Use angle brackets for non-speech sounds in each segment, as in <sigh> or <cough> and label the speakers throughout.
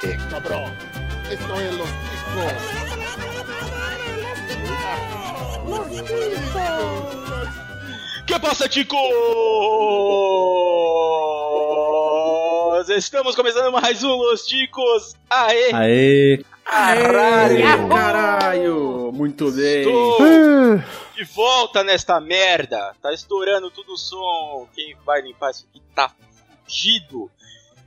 Speaker 1: qué, cabrón? Esto es los discos.
Speaker 2: Los Discos!
Speaker 3: Que passa, Ticos? Estamos começando mais um Los Ticos. Aê!
Speaker 4: Aê!
Speaker 3: Caralho!
Speaker 5: Caralho! Muito bem!
Speaker 3: Estou
Speaker 4: Ah.
Speaker 3: de volta nesta merda. Tá estourando tudo o som. Quem vai limpar isso aqui tá fudido.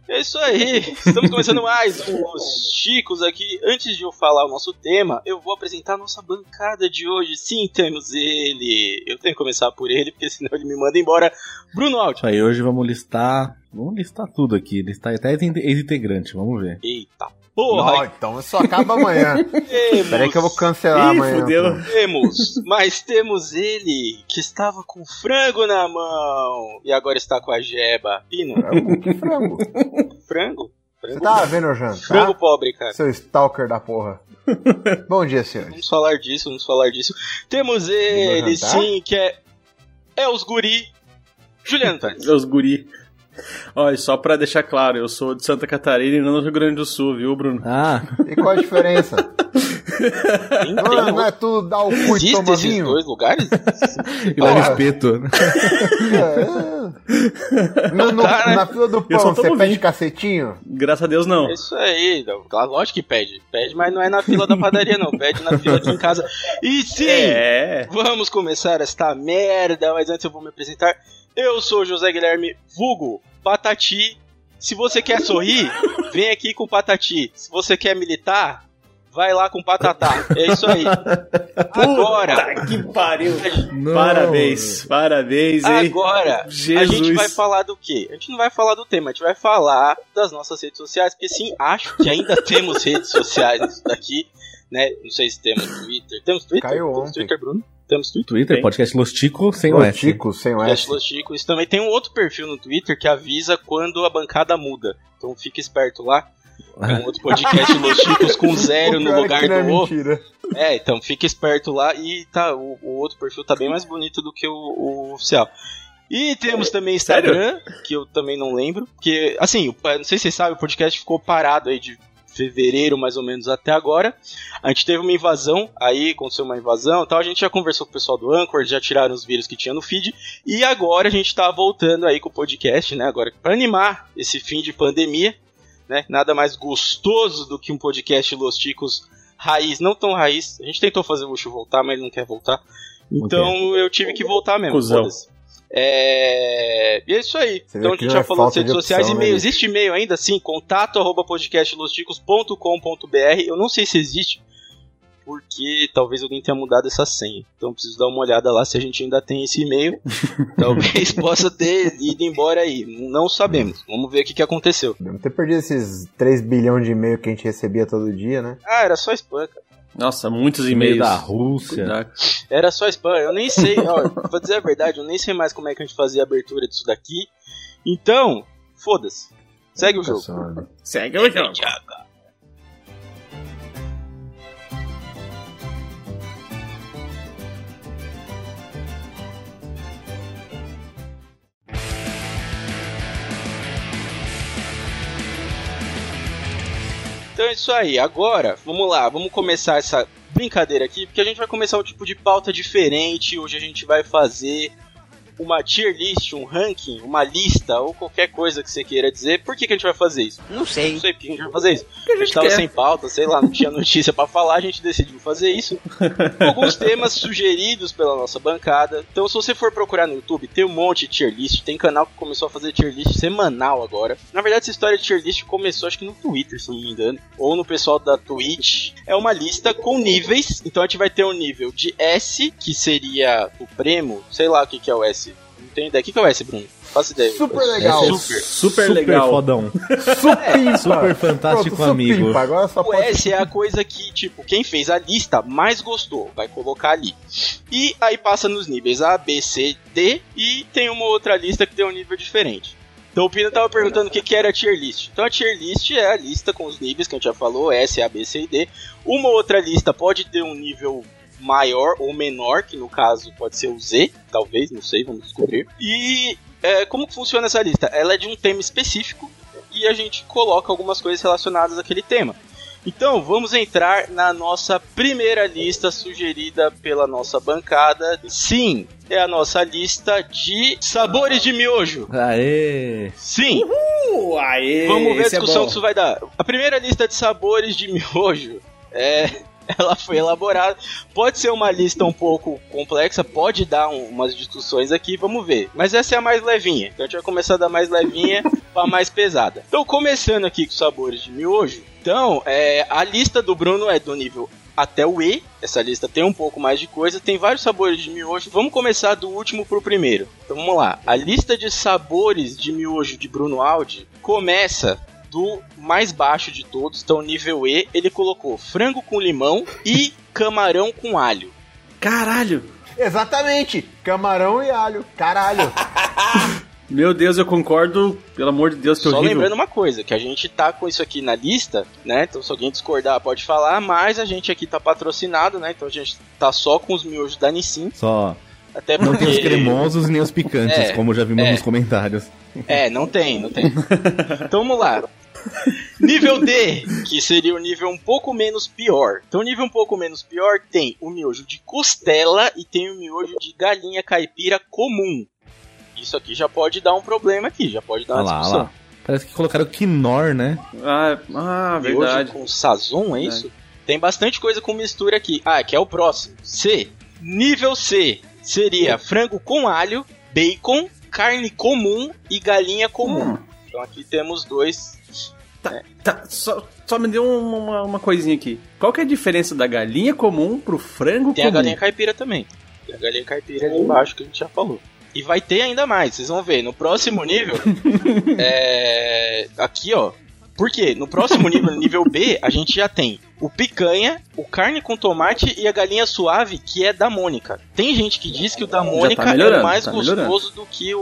Speaker 3: É isso aí. Estamos começando mais um Los Chicos aqui. Antes de eu falar o nosso tema, eu vou apresentar a nossa bancada de hoje. Sim, temos ele. Eu tenho que começar por ele, porque senão ele me manda embora. Bruno Aldi.
Speaker 4: Isso aí, hoje vamos listar. Vamos listar tudo aqui, listar até ex-integrante, vamos ver.
Speaker 3: Eita porra!
Speaker 6: Não, então isso acaba amanhã.
Speaker 3: <laughs> Temos-
Speaker 6: Peraí que eu vou cancelar
Speaker 5: Ih,
Speaker 6: amanhã.
Speaker 5: fudeu.
Speaker 6: pô.
Speaker 3: Temos, mas temos ele que estava com frango na mão e agora está com a jeba. Pino,
Speaker 6: Frango? Que
Speaker 5: <laughs>
Speaker 6: um frango?
Speaker 3: frango?
Speaker 6: Você
Speaker 3: Frango,
Speaker 6: tava vendo o jantar?
Speaker 3: frango pobre, cara.
Speaker 6: Seu stalker da porra. Bom dia, senhores.
Speaker 3: Vamos falar disso, vamos falar disso. Temos ele,
Speaker 6: jantar?
Speaker 3: sim, que é. É os guri. Juliano Tandes.
Speaker 5: Os guri. Olha, só pra deixar claro, eu sou de Santa Catarina e não do Rio Grande do Sul, viu, Bruno?
Speaker 4: Ah, <laughs>
Speaker 6: E qual a diferença?
Speaker 3: Tem,
Speaker 6: Não, é- não é tudo dar o cu e
Speaker 3: Existem
Speaker 6: tomar
Speaker 3: esses
Speaker 6: vinho?
Speaker 3: dois
Speaker 6: <laughs>
Speaker 3: lugares?
Speaker 4: e dá
Speaker 6: Porra.
Speaker 4: respeito.
Speaker 6: É, é. No- no-
Speaker 3: Tá, né?
Speaker 6: Na fila do
Speaker 5: só
Speaker 6: pão,
Speaker 5: tomo
Speaker 6: você pede
Speaker 5: vinho.
Speaker 6: cacetinho?
Speaker 5: Graças a Deus, não.
Speaker 3: É Isso aí, não. Claro, lógico que pede. Pede, mas não é na fila da padaria, não. Pede na fila aqui em casa. E sim!
Speaker 5: É.
Speaker 3: Vamos começar esta merda, mas antes eu vou me apresentar. Eu sou o José Guilherme Vulgo Patati. Se você quer sorrir, vem aqui com o Patati. Se você quer militar, vai lá com o Patatá. É isso aí. Agora,
Speaker 5: Puta que pariu!
Speaker 4: Não.
Speaker 5: Parabéns, parabéns, hein?
Speaker 3: agora, a
Speaker 5: Jesus.
Speaker 3: gente vai falar do quê? A gente não vai falar do tema, a gente vai falar das nossas redes sociais, porque sim, acho que ainda temos redes sociais nisso daqui, né? Não sei se temos Twitter. Temos Twitter?
Speaker 6: Caiu
Speaker 3: temos
Speaker 6: ontem.
Speaker 3: Twitter, Bruno? Temos Twitter?
Speaker 4: Twitter,
Speaker 5: Tem.
Speaker 4: podcast Los Tico sem o
Speaker 6: Ô,
Speaker 4: S.
Speaker 6: Tico, sem o
Speaker 3: Podcast
Speaker 6: S.
Speaker 3: Los Chicos. Também tem um outro perfil no Twitter que avisa quando a bancada muda. Então fica esperto lá. É um outro podcast Los Chicos com zero
Speaker 6: <laughs> O
Speaker 3: no
Speaker 6: pior é
Speaker 3: lugar
Speaker 6: que não é
Speaker 3: do outro.
Speaker 6: mentira.
Speaker 3: É, então fica esperto lá. E tá, o, o outro perfil tá bem mais bonito do que o, o oficial. E temos também
Speaker 5: Sério?
Speaker 3: Instagram, que eu também não lembro. Porque, assim, o- não sei se vocês sabem, o podcast ficou parado aí de fevereiro mais ou menos até agora. A gente teve uma invasão, aí aconteceu uma invasão e tal. A gente já conversou com o pessoal do Anchor, já tiraram os vírus que tinha no feed. E agora a gente tá voltando aí com o podcast, né? Agora para animar esse fim de pandemia, né? Nada mais gostoso do que um podcast Los Ticos raiz, não tão raiz. A gente tentou fazer o Luxo voltar, mas ele não quer voltar. Então eu tive que voltar mesmo.
Speaker 5: Cusão.
Speaker 3: foda-se. É... E é isso aí.
Speaker 6: Você vê
Speaker 3: então a
Speaker 6: que
Speaker 3: gente
Speaker 6: não
Speaker 3: já
Speaker 6: é
Speaker 3: falou das
Speaker 6: falta
Speaker 3: redes
Speaker 6: de
Speaker 3: sociais.
Speaker 6: opção,
Speaker 3: E-mail,
Speaker 6: né?
Speaker 3: existe e-mail ainda? Sim, contato arroba podcastlosticos.com.br. Eu não sei se existe, porque talvez alguém tenha mudado essa senha. Então eu preciso dar uma olhada lá se a gente ainda tem esse
Speaker 6: <laughs>
Speaker 3: e-mail. talvez possa ter ido embora aí. Não sabemos. Vamos ver o que, que aconteceu.
Speaker 6: Devemos ter perdido esses 3 bilhões de e-mail que a gente recebia todo dia, né?
Speaker 3: Ah, era só spam, cara.
Speaker 5: Nossa, muitos
Speaker 4: E-mail
Speaker 5: e-mails.
Speaker 4: da Rússia.
Speaker 5: Cuidado.
Speaker 3: Era só spam. Eu nem sei, ó, pra dizer a verdade, eu nem sei mais como é que a gente fazia a abertura disso daqui. Então, foda-se. Segue o jogo.
Speaker 6: Caçando.
Speaker 5: Segue o jogo.
Speaker 3: Então é isso aí. Agora, vamos lá, vamos começar essa brincadeira aqui, porque a gente vai começar um tipo de pauta diferente. Hoje a gente vai fazer uma tier list, um ranking, uma lista ou qualquer coisa que você queira dizer. Por que, que a gente vai fazer isso?
Speaker 2: Não
Speaker 3: Não
Speaker 2: sei.
Speaker 3: sei por que a gente vai fazer isso. A gente
Speaker 5: gente
Speaker 3: tava
Speaker 5: quer.
Speaker 3: sem pauta, sei lá, não tinha notícia pra falar, a gente decidiu fazer isso. Alguns temas sugeridos pela nossa bancada. Então, se você for procurar no YouTube, tem um monte de tier list. Tem canal que começou a fazer tier list semanal agora. Na verdade, essa história de tier list começou, acho que no Twitter, se não me engano, ou no pessoal da Twitch. É uma lista com níveis. Então, a gente vai ter um nível de S, que seria o prêmio. Sei lá o que, que é o S. Não tenho ideia. O que, que é o S, Bruno? Faço ideia.
Speaker 6: Super legal.
Speaker 4: Esse é
Speaker 3: Super.
Speaker 5: Super legal.
Speaker 4: fodão.
Speaker 6: Supimpa.
Speaker 4: Ah. Super fantástico
Speaker 6: Pronto,
Speaker 4: amigo.
Speaker 6: supimpa. Agora só
Speaker 3: O
Speaker 6: pode
Speaker 3: S é a coisa que, tipo, quem fez a lista mais gostou, vai colocar ali. E aí passa nos níveis A, B, C, D e tem uma outra lista que tem um nível diferente. Então o Pino tava perguntando o que, que era a tier list. Então a tier list é a lista com os níveis que a gente já falou, S, A, B, C e D. Uma outra lista pode ter um nível maior ou menor, que no caso pode ser o Z, talvez, não sei, vamos descobrir. E é, como que funciona essa lista? Ela é de um tema específico e a gente coloca algumas coisas relacionadas àquele tema. Então, vamos entrar na nossa primeira lista sugerida pela nossa bancada. Sim, é a nossa lista de sabores de miojo.
Speaker 4: Aê!
Speaker 3: Sim!
Speaker 5: Uh, aê,
Speaker 3: Vamos ver a
Speaker 5: esse é
Speaker 3: discussão
Speaker 5: bom.
Speaker 3: que isso vai dar. A primeira lista de sabores de miojo é. <laughs> Ela foi elaborada. Pode ser uma lista um pouco complexa, pode dar um- umas discussões aqui, vamos ver. Mas essa é a mais levinha. Então a gente vai começar da
Speaker 5: <laughs>
Speaker 3: mais levinha pra mais pesada. Então, começando aqui com os sabores de miojo. Então, é, a lista do Bruno é do nível até o E. Essa lista tem um pouco mais de coisa, tem vários sabores de miojo. Vamos começar do último pro primeiro. Então vamos lá. A lista de sabores de miojo de Bruno Aldi começa do mais baixo de todos, então nível E. Ele colocou frango com limão e <laughs> camarão com alho.
Speaker 5: Caralho!
Speaker 6: Exatamente! Camarão e alho. Caralho!
Speaker 5: Meu Deus, eu concordo. Pelo amor de Deus, que
Speaker 3: Só
Speaker 5: horrível.
Speaker 3: lembrando uma coisa, que a gente tá com isso aqui na lista, né? Então se alguém discordar pode falar, mas a gente aqui tá patrocinado, né? Então a gente tá só com os miojos da Nissin,
Speaker 4: Só.
Speaker 3: até
Speaker 4: Não
Speaker 3: porque...
Speaker 4: tem os cremosos nem os picantes,
Speaker 3: É,
Speaker 4: como já vimos
Speaker 3: é.
Speaker 4: nos comentários.
Speaker 3: É, não tem, não
Speaker 4: <laughs>
Speaker 3: tem. Então vamos lá. Nível D, que seria o nível um pouco menos pior. Então, o nível um pouco menos pior tem o miojo de costela e tem o miojo de galinha caipira comum. Isso aqui já pode dar um problema aqui, já pode dar
Speaker 4: Olha
Speaker 3: uma
Speaker 4: lá, olha
Speaker 3: discussão.
Speaker 4: lá. Parece que colocaram quinor, né?
Speaker 5: Ah, ah,
Speaker 3: Miojo
Speaker 5: verdade.
Speaker 3: com sazon, é isso? Tem bastante coisa com mistura aqui. Ah, que é o próximo. C. Nível C seria frango com alho, bacon, carne comum e galinha comum. Então aqui temos dois
Speaker 5: Tá, só, só me deu uma, uma- uma coisinha aqui. Qual que é a diferença da galinha comum pro frango
Speaker 3: Tem a
Speaker 5: comum?
Speaker 3: galinha caipira também. Tem a galinha caipira ali embaixo que a gente já falou. E vai ter ainda mais, vocês vão ver. No próximo
Speaker 5: <laughs>
Speaker 3: nível. é. Aqui, ó. Por quê? No próximo nível, no nível B, a gente já tem o picanha, o carne com tomate e a galinha suave, que é da Mônica. Tem gente que diz que o da Mônica é
Speaker 5: melhorando,
Speaker 3: o mais
Speaker 5: tá
Speaker 3: gostoso
Speaker 5: melhorando.
Speaker 3: do que o,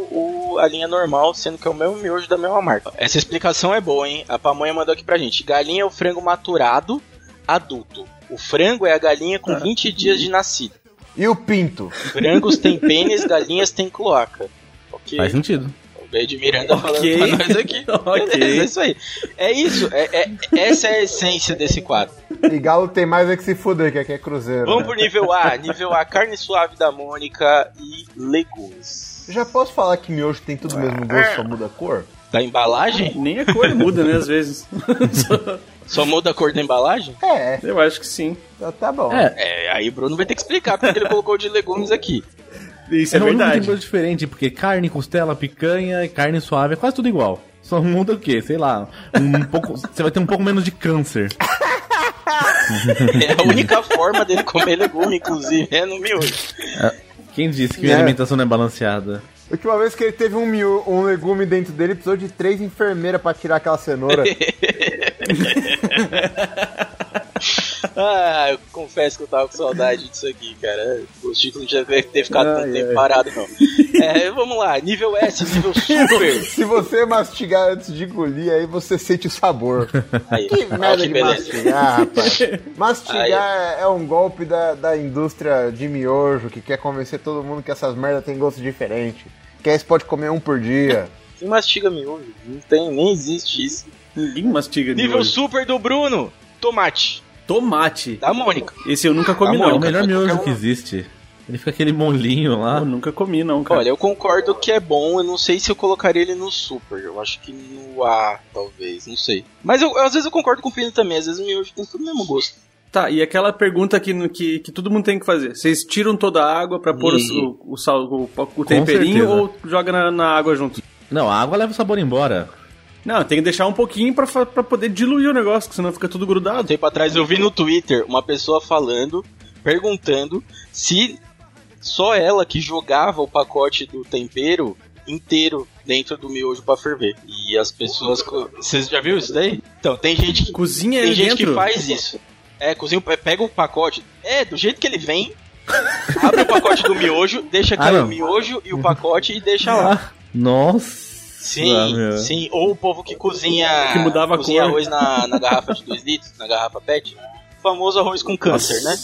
Speaker 3: o- a linha normal, sendo que é o mesmo miojo da mesma marca. Essa explicação é boa, hein? A pamonha mandou aqui pra gente. Galinha é o frango maturado adulto. O frango é a galinha
Speaker 5: Tá.
Speaker 3: com 20 dias de nascida.
Speaker 6: e o pinto?
Speaker 3: Frangos têm pênis, galinhas têm cloaca. Ok.
Speaker 4: Faz sentido.
Speaker 3: O Bede Miranda
Speaker 5: Ok.
Speaker 3: falando pra nós aqui.
Speaker 5: <laughs> Ok.
Speaker 3: Beleza, <laughs> é isso aí. É isso. é- é- essa é a essência desse quadro.
Speaker 6: E galo tem mais é que se fuder, que aqui é cruzeiro.
Speaker 3: Vamos
Speaker 6: né?
Speaker 3: pro nível A. Nível A, carne suave da Mônica e legumes.
Speaker 6: Já posso falar que miojo tem tudo o mesmo gosto, só muda a cor?
Speaker 3: Da embalagem?
Speaker 5: Nem a cor muda, né, às vezes. <laughs>
Speaker 3: Só muda a cor da embalagem?
Speaker 6: É,
Speaker 5: Eu acho que sim.
Speaker 6: tá- tá bom.
Speaker 4: É,
Speaker 3: É, aí o Bruno vai ter que explicar porque ele colocou de legumes aqui.
Speaker 5: Isso é,
Speaker 4: é um único
Speaker 5: verdade.
Speaker 4: tipo diferente, porque carne, costela, picanha e carne suave é quase tudo igual. Só muda o quê? Sei lá. Um <laughs> pouco, você vai ter um pouco menos de câncer.
Speaker 3: É a única forma dele comer legume, inclusive, é no miojo.
Speaker 4: Quem disse que minha
Speaker 6: É.
Speaker 4: alimentação não é balanceada?
Speaker 6: A última vez que ele teve um, mio- um legume dentro dele, precisou de três enfermeiras pra tirar aquela cenoura.
Speaker 3: Ah, eu confesso que eu tava com saudade disso aqui, cara. O Chico não tinha ter ficado
Speaker 5: Ai,
Speaker 3: tanto tempo
Speaker 5: ai.
Speaker 3: parado, não. É, vamos lá, nível S, nível
Speaker 6: <laughs>
Speaker 3: super.
Speaker 6: Se você mastigar antes de engolir, aí você sente o sabor.
Speaker 3: Aí, <laughs>
Speaker 6: Que
Speaker 3: ó,
Speaker 6: merda
Speaker 3: Ah, que
Speaker 6: de
Speaker 3: beleza.
Speaker 6: mastigar,
Speaker 3: <laughs>
Speaker 6: rapaz. Mastigar é um golpe da, da indústria de miojo que quer convencer todo mundo que essas merdas têm gosto diferente. Que aí você pode comer um por dia.
Speaker 3: Quem mastiga miojo? Não tem, nem existe isso.
Speaker 5: Ninguém mastiga de
Speaker 3: Nível
Speaker 5: miojo.
Speaker 3: super do Bruno, tomate.
Speaker 5: Tomate.
Speaker 3: Da Mônica.
Speaker 5: Esse eu nunca comi,
Speaker 3: Amor,
Speaker 4: É
Speaker 5: não.
Speaker 4: o melhor
Speaker 3: qualquer
Speaker 4: miojo
Speaker 3: um.
Speaker 4: que existe. Ele fica aquele molinho
Speaker 5: Eu
Speaker 4: lá.
Speaker 5: nunca comi, não, cara.
Speaker 3: Olha, eu concordo que é bom, eu não sei se eu colocaria ele no super. Eu acho que no A, talvez, não sei. Mas eu, eu, às vezes eu concordo com o Pino também, às vezes o miojo tem tudo o mesmo gosto.
Speaker 5: Tá, e aquela pergunta que, no- que, que todo mundo tem que fazer. Vocês tiram toda a água pra pôr o-
Speaker 3: Ih.
Speaker 5: o, o, sal, o, o temperinho
Speaker 4: certeza.
Speaker 5: ou joga na, na água junto?
Speaker 4: Não, a água leva o sabor embora.
Speaker 5: Não, tem que deixar um pouquinho pra, fa- pra poder diluir o negócio, que senão fica tudo
Speaker 3: Um
Speaker 5: grudado.
Speaker 3: tempo atrás eu vi no Twitter uma pessoa falando, perguntando se só ela que jogava o pacote do tempero inteiro dentro do miojo pra ferver. E as pessoas. co- Vocês já viram isso daí? Então, tem gente que,
Speaker 5: Cozinha
Speaker 3: tem
Speaker 5: ele
Speaker 3: gente
Speaker 5: dentro.
Speaker 3: que faz isso. É, cozinha, pe- pega o pacote. É, do jeito que ele vem, abre o pacote do miojo, deixa
Speaker 4: Ah,
Speaker 3: cair o
Speaker 4: não.
Speaker 3: miojo e o pacote e deixa lá.
Speaker 4: Nossa.
Speaker 3: Sim,
Speaker 4: Ah, meu.
Speaker 3: sim. Ou o povo que cozinha,
Speaker 5: Que mudava a
Speaker 3: cozinha
Speaker 5: cor.
Speaker 3: arroz na, na garrafa de 2 litros, na garrafa PET. O famoso arroz com câncer, né?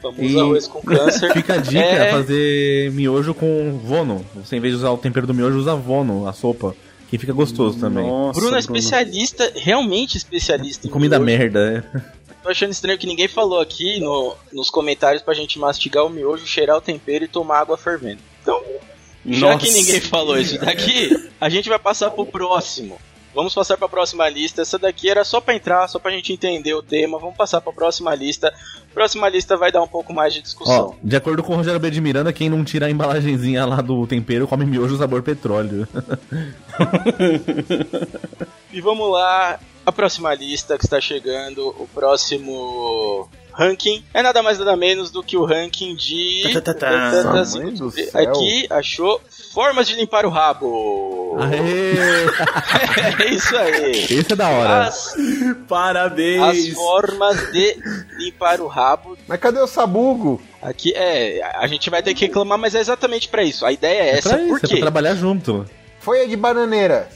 Speaker 3: O famoso
Speaker 4: E-
Speaker 3: arroz com câncer.
Speaker 4: <laughs> Fica a dica,
Speaker 3: É.
Speaker 4: fazer miojo com vono. Você, em vez de usar o tempero do miojo, usa vono, a sopa. Que fica gostoso também.
Speaker 5: Nossa,
Speaker 3: Bruno é especialista, realmente especialista. em
Speaker 4: Comida
Speaker 3: miojo.
Speaker 4: merda, é.
Speaker 3: Tô achando estranho que ninguém falou aqui no- nos comentários pra gente mastigar o miojo, cheirar o tempero e tomar água fervendo. Então, já
Speaker 5: Nossa.
Speaker 3: que ninguém falou isso daqui, a gente vai passar pro próximo. Vamos passar pra próxima lista. Essa daqui era só pra entrar, só pra gente entender o tema. Vamos passar pra próxima lista. Próxima lista vai dar um pouco mais de discussão.
Speaker 4: Ó, de acordo com o Rogério B. de Miranda, quem não tira a embalagenzinha lá do tempero come miojo sabor petróleo.
Speaker 3: E vamos lá, a próxima lista que está chegando, o próximo ranking é nada mais nada menos do que o ranking de.
Speaker 5: Tá, tá, tá, tá.
Speaker 6: Mãe
Speaker 3: Cinco-
Speaker 6: do céu.
Speaker 3: Aqui achou formas de limpar o rabo.
Speaker 4: <laughs>
Speaker 5: Ah,
Speaker 4: Aê!
Speaker 3: <laughs> É isso aí.
Speaker 4: Esse é da
Speaker 5: Ah,
Speaker 4: hora.
Speaker 3: As,
Speaker 5: é
Speaker 3: as
Speaker 5: Parabéns.
Speaker 3: formas de limpar o rabo.
Speaker 6: Mas cadê o sabugo?
Speaker 3: Aqui é, a gente vai ter que reclamar, mas é exatamente pra isso. A ideia é essa.
Speaker 4: pra isso,
Speaker 3: Por
Speaker 4: é pra
Speaker 3: quê?
Speaker 4: trabalhar junto.
Speaker 6: Foi a de bananeira.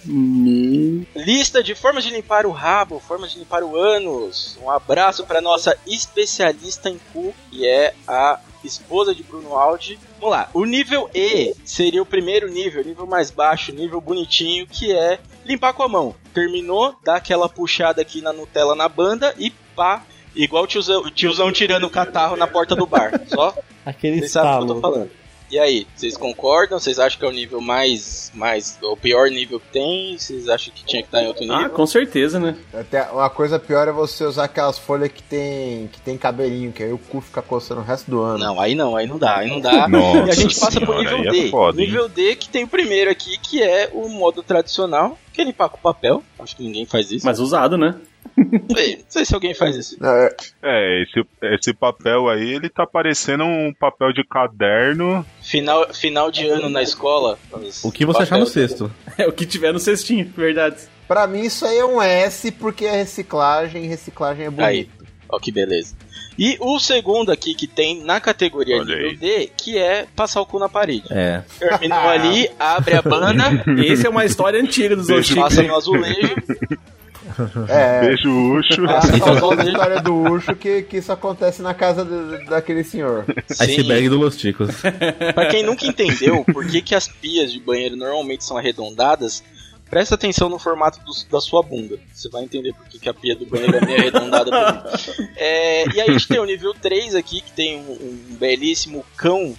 Speaker 3: Lista de formas de limpar o rabo, formas de limpar o ânus. Um abraço para nossa especialista em cu, que é a esposa de Bruno Aldi. Vamos lá, o nível E seria o primeiro nível, nível mais baixo, nível bonitinho, que é limpar com a mão. Terminou, dá aquela puxada aqui na Nutella na banda e pá. Igual o tiozão, o tiozão tirando o catarro na porta do bar. Só
Speaker 2: <laughs> Aquele
Speaker 3: vocês sabem o que eu tô
Speaker 2: estalo.
Speaker 3: falando. E aí, vocês concordam? Vocês acham que é o nível mais. mais o pior nível que tem? Vocês acham que tinha que estar em outro
Speaker 5: Ah,
Speaker 3: nível?
Speaker 5: com certeza, né?
Speaker 6: Até uma coisa pior é você usar aquelas folhas que tem, que tem cabelinho, que aí o cu fica coçando o resto do ano.
Speaker 3: não, aí não, aí não dá, aí não dá.
Speaker 7: Nossa
Speaker 3: e a gente passa pro
Speaker 7: senhora,
Speaker 3: nível
Speaker 7: aí é
Speaker 3: D.
Speaker 7: foda, hein?
Speaker 3: nível D que tem o primeiro aqui, que é o modo tradicional, que é limpar com papel. Acho que ninguém faz isso.
Speaker 5: Mas usado, né? <laughs>
Speaker 3: Bem, não sei se alguém faz isso.
Speaker 6: Não, é-
Speaker 7: É, esse, esse papel aí, ele tá parecendo um papel de caderno.
Speaker 3: Final, final de ano na escola.
Speaker 4: O que você achar no sexto?
Speaker 5: É o que tiver no cestinho, verdade.
Speaker 6: Pra mim isso aí é um S, porque é reciclagem, e reciclagem é
Speaker 3: Aí.
Speaker 6: bonito.
Speaker 3: Ó, que beleza. E o segundo aqui que tem na categoria
Speaker 7: Olha
Speaker 3: nível
Speaker 7: aí.
Speaker 3: D, que é passar o cu na parede.
Speaker 4: É.
Speaker 3: Terminou ali, abre a
Speaker 7: <laughs>
Speaker 3: banda,
Speaker 5: Esse é uma história antiga dos
Speaker 7: Beijo.
Speaker 5: antigos.
Speaker 3: passa no azulejo,
Speaker 7: <laughs>
Speaker 6: É,
Speaker 7: Beijo Ucho.
Speaker 6: é só a história do urso que, que isso acontece na casa do- daquele senhor.
Speaker 4: Iceberg do Los Ticos.
Speaker 3: Pra quem nunca entendeu por que, que as pias de banheiro normalmente são arredondadas, presta atenção no formato do- da sua bunda. Você vai entender por que, que a pia do banheiro é meio arredondada também. É, e aí a gente tem o nível 3 aqui, que tem um, um belíssimo cão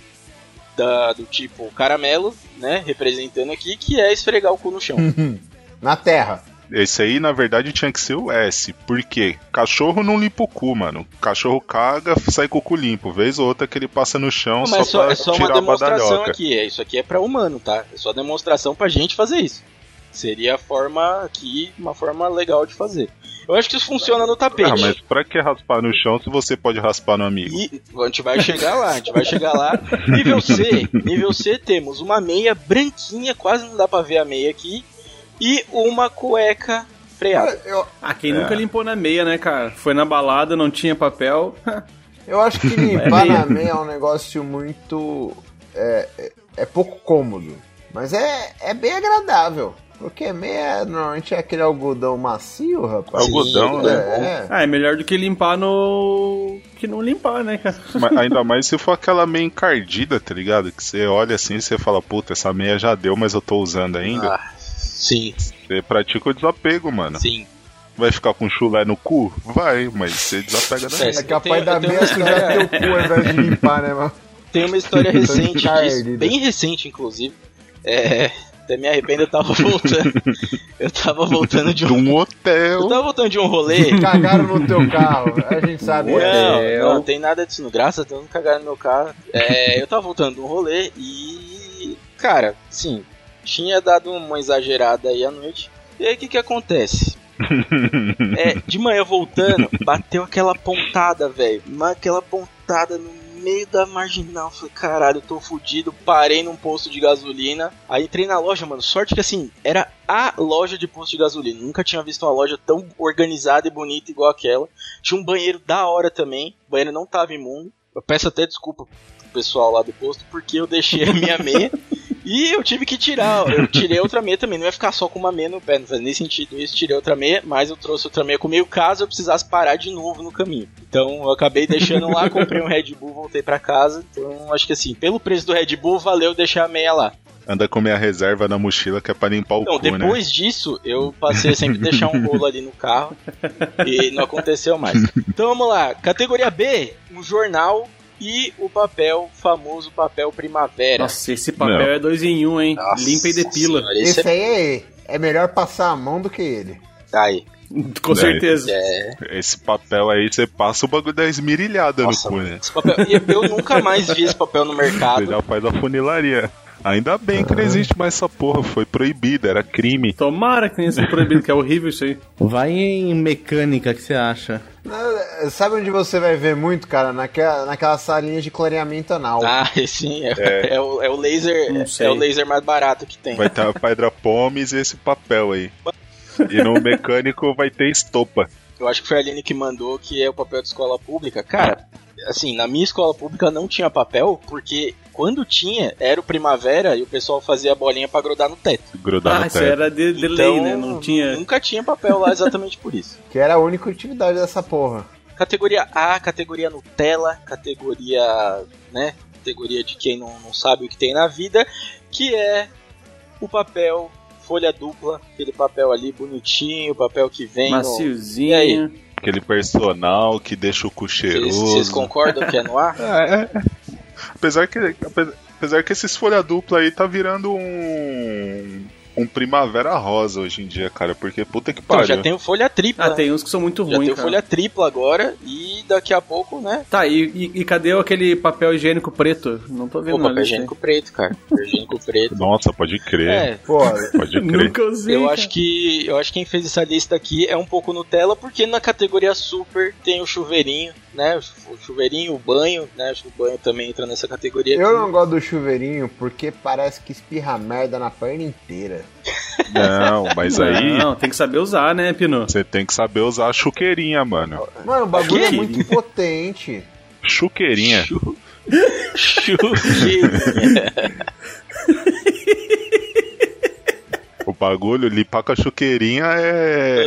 Speaker 3: da- do tipo caramelo, né? Representando aqui, que é esfregar o cu no chão.
Speaker 7: Hum.
Speaker 6: Na terra.
Speaker 7: Esse aí, na verdade, tinha que ser o S. Por quê? Cachorro não limpa o cu, mano. Cachorro caga, sai com o cu limpo. Vez ou outra que ele passa no chão
Speaker 3: Não,
Speaker 7: só
Speaker 3: mas é só,
Speaker 7: pra
Speaker 3: é só uma
Speaker 7: tirar a
Speaker 3: demonstração
Speaker 7: badalhoca.
Speaker 3: aqui. É, isso aqui é pra humano, tá? É só demonstração pra gente fazer isso. Seria a forma aqui, uma forma legal de fazer. Eu acho que isso funciona no tapete.
Speaker 7: Ah, mas pra que raspar no chão se você pode raspar no amigo?
Speaker 3: E a gente vai chegar lá, a gente vai chegar lá. Nível C, nível C temos uma meia branquinha, quase não dá pra ver a meia aqui, e uma cueca freada.
Speaker 6: Eu,
Speaker 5: Ah, quem nunca limpou na meia, né, cara? Foi na balada, não tinha papel. <laughs>
Speaker 6: eu acho
Speaker 3: <laughs>
Speaker 6: que
Speaker 5: É
Speaker 6: limpar
Speaker 5: meio.
Speaker 6: na meia é um negócio muito. É, é, é pouco cômodo. Mas é, é bem agradável. Porque meia normalmente é aquele algodão macio, rapaz.
Speaker 7: Algodão,
Speaker 6: né?
Speaker 5: Ah, é melhor do que limpar no. que não limpar, né, cara?
Speaker 7: Ma- ainda mais se for aquela meia encardida, tá ligado? Que você olha assim e você fala, puta, essa meia já deu, mas eu tô usando ainda.
Speaker 3: Ah, sim,
Speaker 7: Você pratica o desapego, mano.
Speaker 3: sim.
Speaker 7: Vai ficar com chulé no cu? Vai, mas você desapega da
Speaker 6: É,
Speaker 7: meia.
Speaker 6: é
Speaker 3: Eu
Speaker 6: capaz
Speaker 3: tenho-
Speaker 6: da
Speaker 3: eu tenho
Speaker 6: meia
Speaker 3: uma
Speaker 6: sujar teu cu ao invés de limpar, né, mano?
Speaker 3: Tem uma história recente disso,
Speaker 6: Encardida.
Speaker 3: bem recente, inclusive. É, até me arrependo, eu tava <laughs> voltando. Eu tava voltando de
Speaker 7: De
Speaker 3: um.
Speaker 7: um
Speaker 3: Eu
Speaker 7: hotel.
Speaker 3: tava voltando de um rolê.
Speaker 6: Cagaram no teu carro, a gente sabe. É,
Speaker 3: Não, não tem nada disso. não. Graças a Deus não cagaram no meu carro. É, eu tava voltando de um rolê e. Cara, sim, tinha dado uma exagerada aí à noite. E aí o que que acontece? É, de manhã voltando, bateu aquela pontada, velho. Mas Aquela pontada no meio da marginal. Falei, caralho, eu tô fudido. Parei num posto de gasolina. Aí entrei na loja, mano. Sorte que assim, era a loja de posto de gasolina. Nunca tinha visto uma loja tão organizada e bonita igual aquela. Tinha um banheiro da hora também. O banheiro não tava imundo. Eu peço até desculpa pro pessoal lá do posto, porque eu deixei a minha meia E eu tive que tirar, eu tirei outra meia também, não ia ficar só com uma meia no pé, não faz nem sentido isso, tirei outra meia, mas eu trouxe outra meia comigo caso eu precisasse parar de novo no caminho. Então eu acabei deixando lá, comprei um Red Bull, voltei pra casa, então acho que assim, pelo preço do Red Bull, valeu deixar a meia lá.
Speaker 7: Anda com minha reserva na mochila que é pra limpar o
Speaker 3: Então,
Speaker 7: cu, né?
Speaker 3: depois disso, eu passei a sempre deixar um bolo ali no carro e não aconteceu mais. Então vamos lá, categoria B, um jornal e o papel, famoso papel primavera.
Speaker 5: Nossa, esse papel é dois em um, hein?
Speaker 3: Nossa
Speaker 5: Limpa e depila.
Speaker 3: senhora, esse
Speaker 6: Esse
Speaker 3: é...
Speaker 6: aí é, é melhor passar a mão do que ele.
Speaker 3: Tá aí.
Speaker 5: <laughs> Com certeza.
Speaker 3: É,
Speaker 7: Esse papel aí, você passa o bagulho da esmirilhada
Speaker 3: nossa,
Speaker 7: no cu,
Speaker 3: mano,
Speaker 7: né?
Speaker 3: esse papel... e Eu nunca mais vi esse papel no
Speaker 7: Você
Speaker 3: mercado.
Speaker 7: já faz a funilaria. Ainda bem que não existe mais essa porra, foi proibida, era crime.
Speaker 5: Tomara que tenha sido proibido, que é horrível isso aí.
Speaker 4: <laughs> Vai em mecânica que você acha.
Speaker 6: Ah, Sabe onde você vai ver muito, cara? Naquela, naquela salinha de clareamento anal.
Speaker 3: Ah, <laughs> sim, é, é o, é o
Speaker 5: Não
Speaker 3: laser,
Speaker 5: sei.
Speaker 3: é o laser mais barato que tem.
Speaker 7: Vai ter a pedra <laughs> pomes e esse papel aí. E no mecânico vai ter estopa.
Speaker 3: Eu acho que foi a Aline que mandou, que é o papel de escola pública. Cara, assim, na minha escola pública não tinha papel, porque quando tinha, era o primavera e o pessoal fazia a bolinha pra grudar no teto. Então,
Speaker 7: Grudar
Speaker 5: Ah,
Speaker 7: no
Speaker 5: isso
Speaker 3: é
Speaker 7: teto.
Speaker 5: era de, de lei, né? Não tinha.
Speaker 3: Nunca tinha papel lá exatamente
Speaker 5: <laughs>
Speaker 3: por isso.
Speaker 6: Que era a única utilidade dessa porra.
Speaker 3: Categoria A, categoria Nutella, categoria, né, categoria de quem não, não sabe o que tem na vida, que é o papel folha dupla, aquele papel ali bonitinho, o papel que vem no- E
Speaker 5: Maciozinha.
Speaker 3: aí?
Speaker 7: Aquele personal que deixa o cu
Speaker 3: Vocês
Speaker 7: cheiroso.
Speaker 3: vocês concordam que é no
Speaker 7: <laughs>
Speaker 3: ar?
Speaker 7: É, é. Apesar que, ape- apesar que esses folha dupla aí tá virando um. um primavera rosa hoje em dia, cara. Porque puta que
Speaker 3: Então,
Speaker 7: pariu.
Speaker 3: já tem o folha tripla.
Speaker 5: Ah,
Speaker 3: né?
Speaker 5: tem uns que são muito
Speaker 3: Já
Speaker 5: ruins,
Speaker 3: tem
Speaker 5: cara.
Speaker 3: folha tripla agora e daqui a pouco, né?
Speaker 5: Tá, e, e, e cadê aquele papel higiênico preto? Não tô vendo
Speaker 3: O papel
Speaker 5: nada. <laughs>
Speaker 3: higiênico preto, cara. Papel higiênico
Speaker 7: <laughs>
Speaker 3: preto.
Speaker 7: Nossa, pode crer.
Speaker 3: É,
Speaker 6: Pô,
Speaker 3: <laughs>
Speaker 7: Pode crer.
Speaker 5: Nunca usei.
Speaker 3: eu
Speaker 5: cara.
Speaker 3: acho que eu acho que quem fez essa lista aqui é um pouco Nutella, porque na categoria super tem o chuveirinho, né? O chu- o chuveirinho, o banho, né? Acho que o banho também entra nessa categoria.
Speaker 6: eu não gosto do chuveirinho porque parece que espirra merda na perna inteira.
Speaker 7: Não, mas aí
Speaker 5: Não, tem que saber usar, né, Pino?
Speaker 7: você tem que saber usar a chuqueirinha, mano.
Speaker 6: Mano, o bagulho é
Speaker 5: Que?
Speaker 6: muito potente.
Speaker 7: Chuqueirinha.
Speaker 3: Chuveirinho.
Speaker 7: O bagulho, limpar com a chuqueirinha é.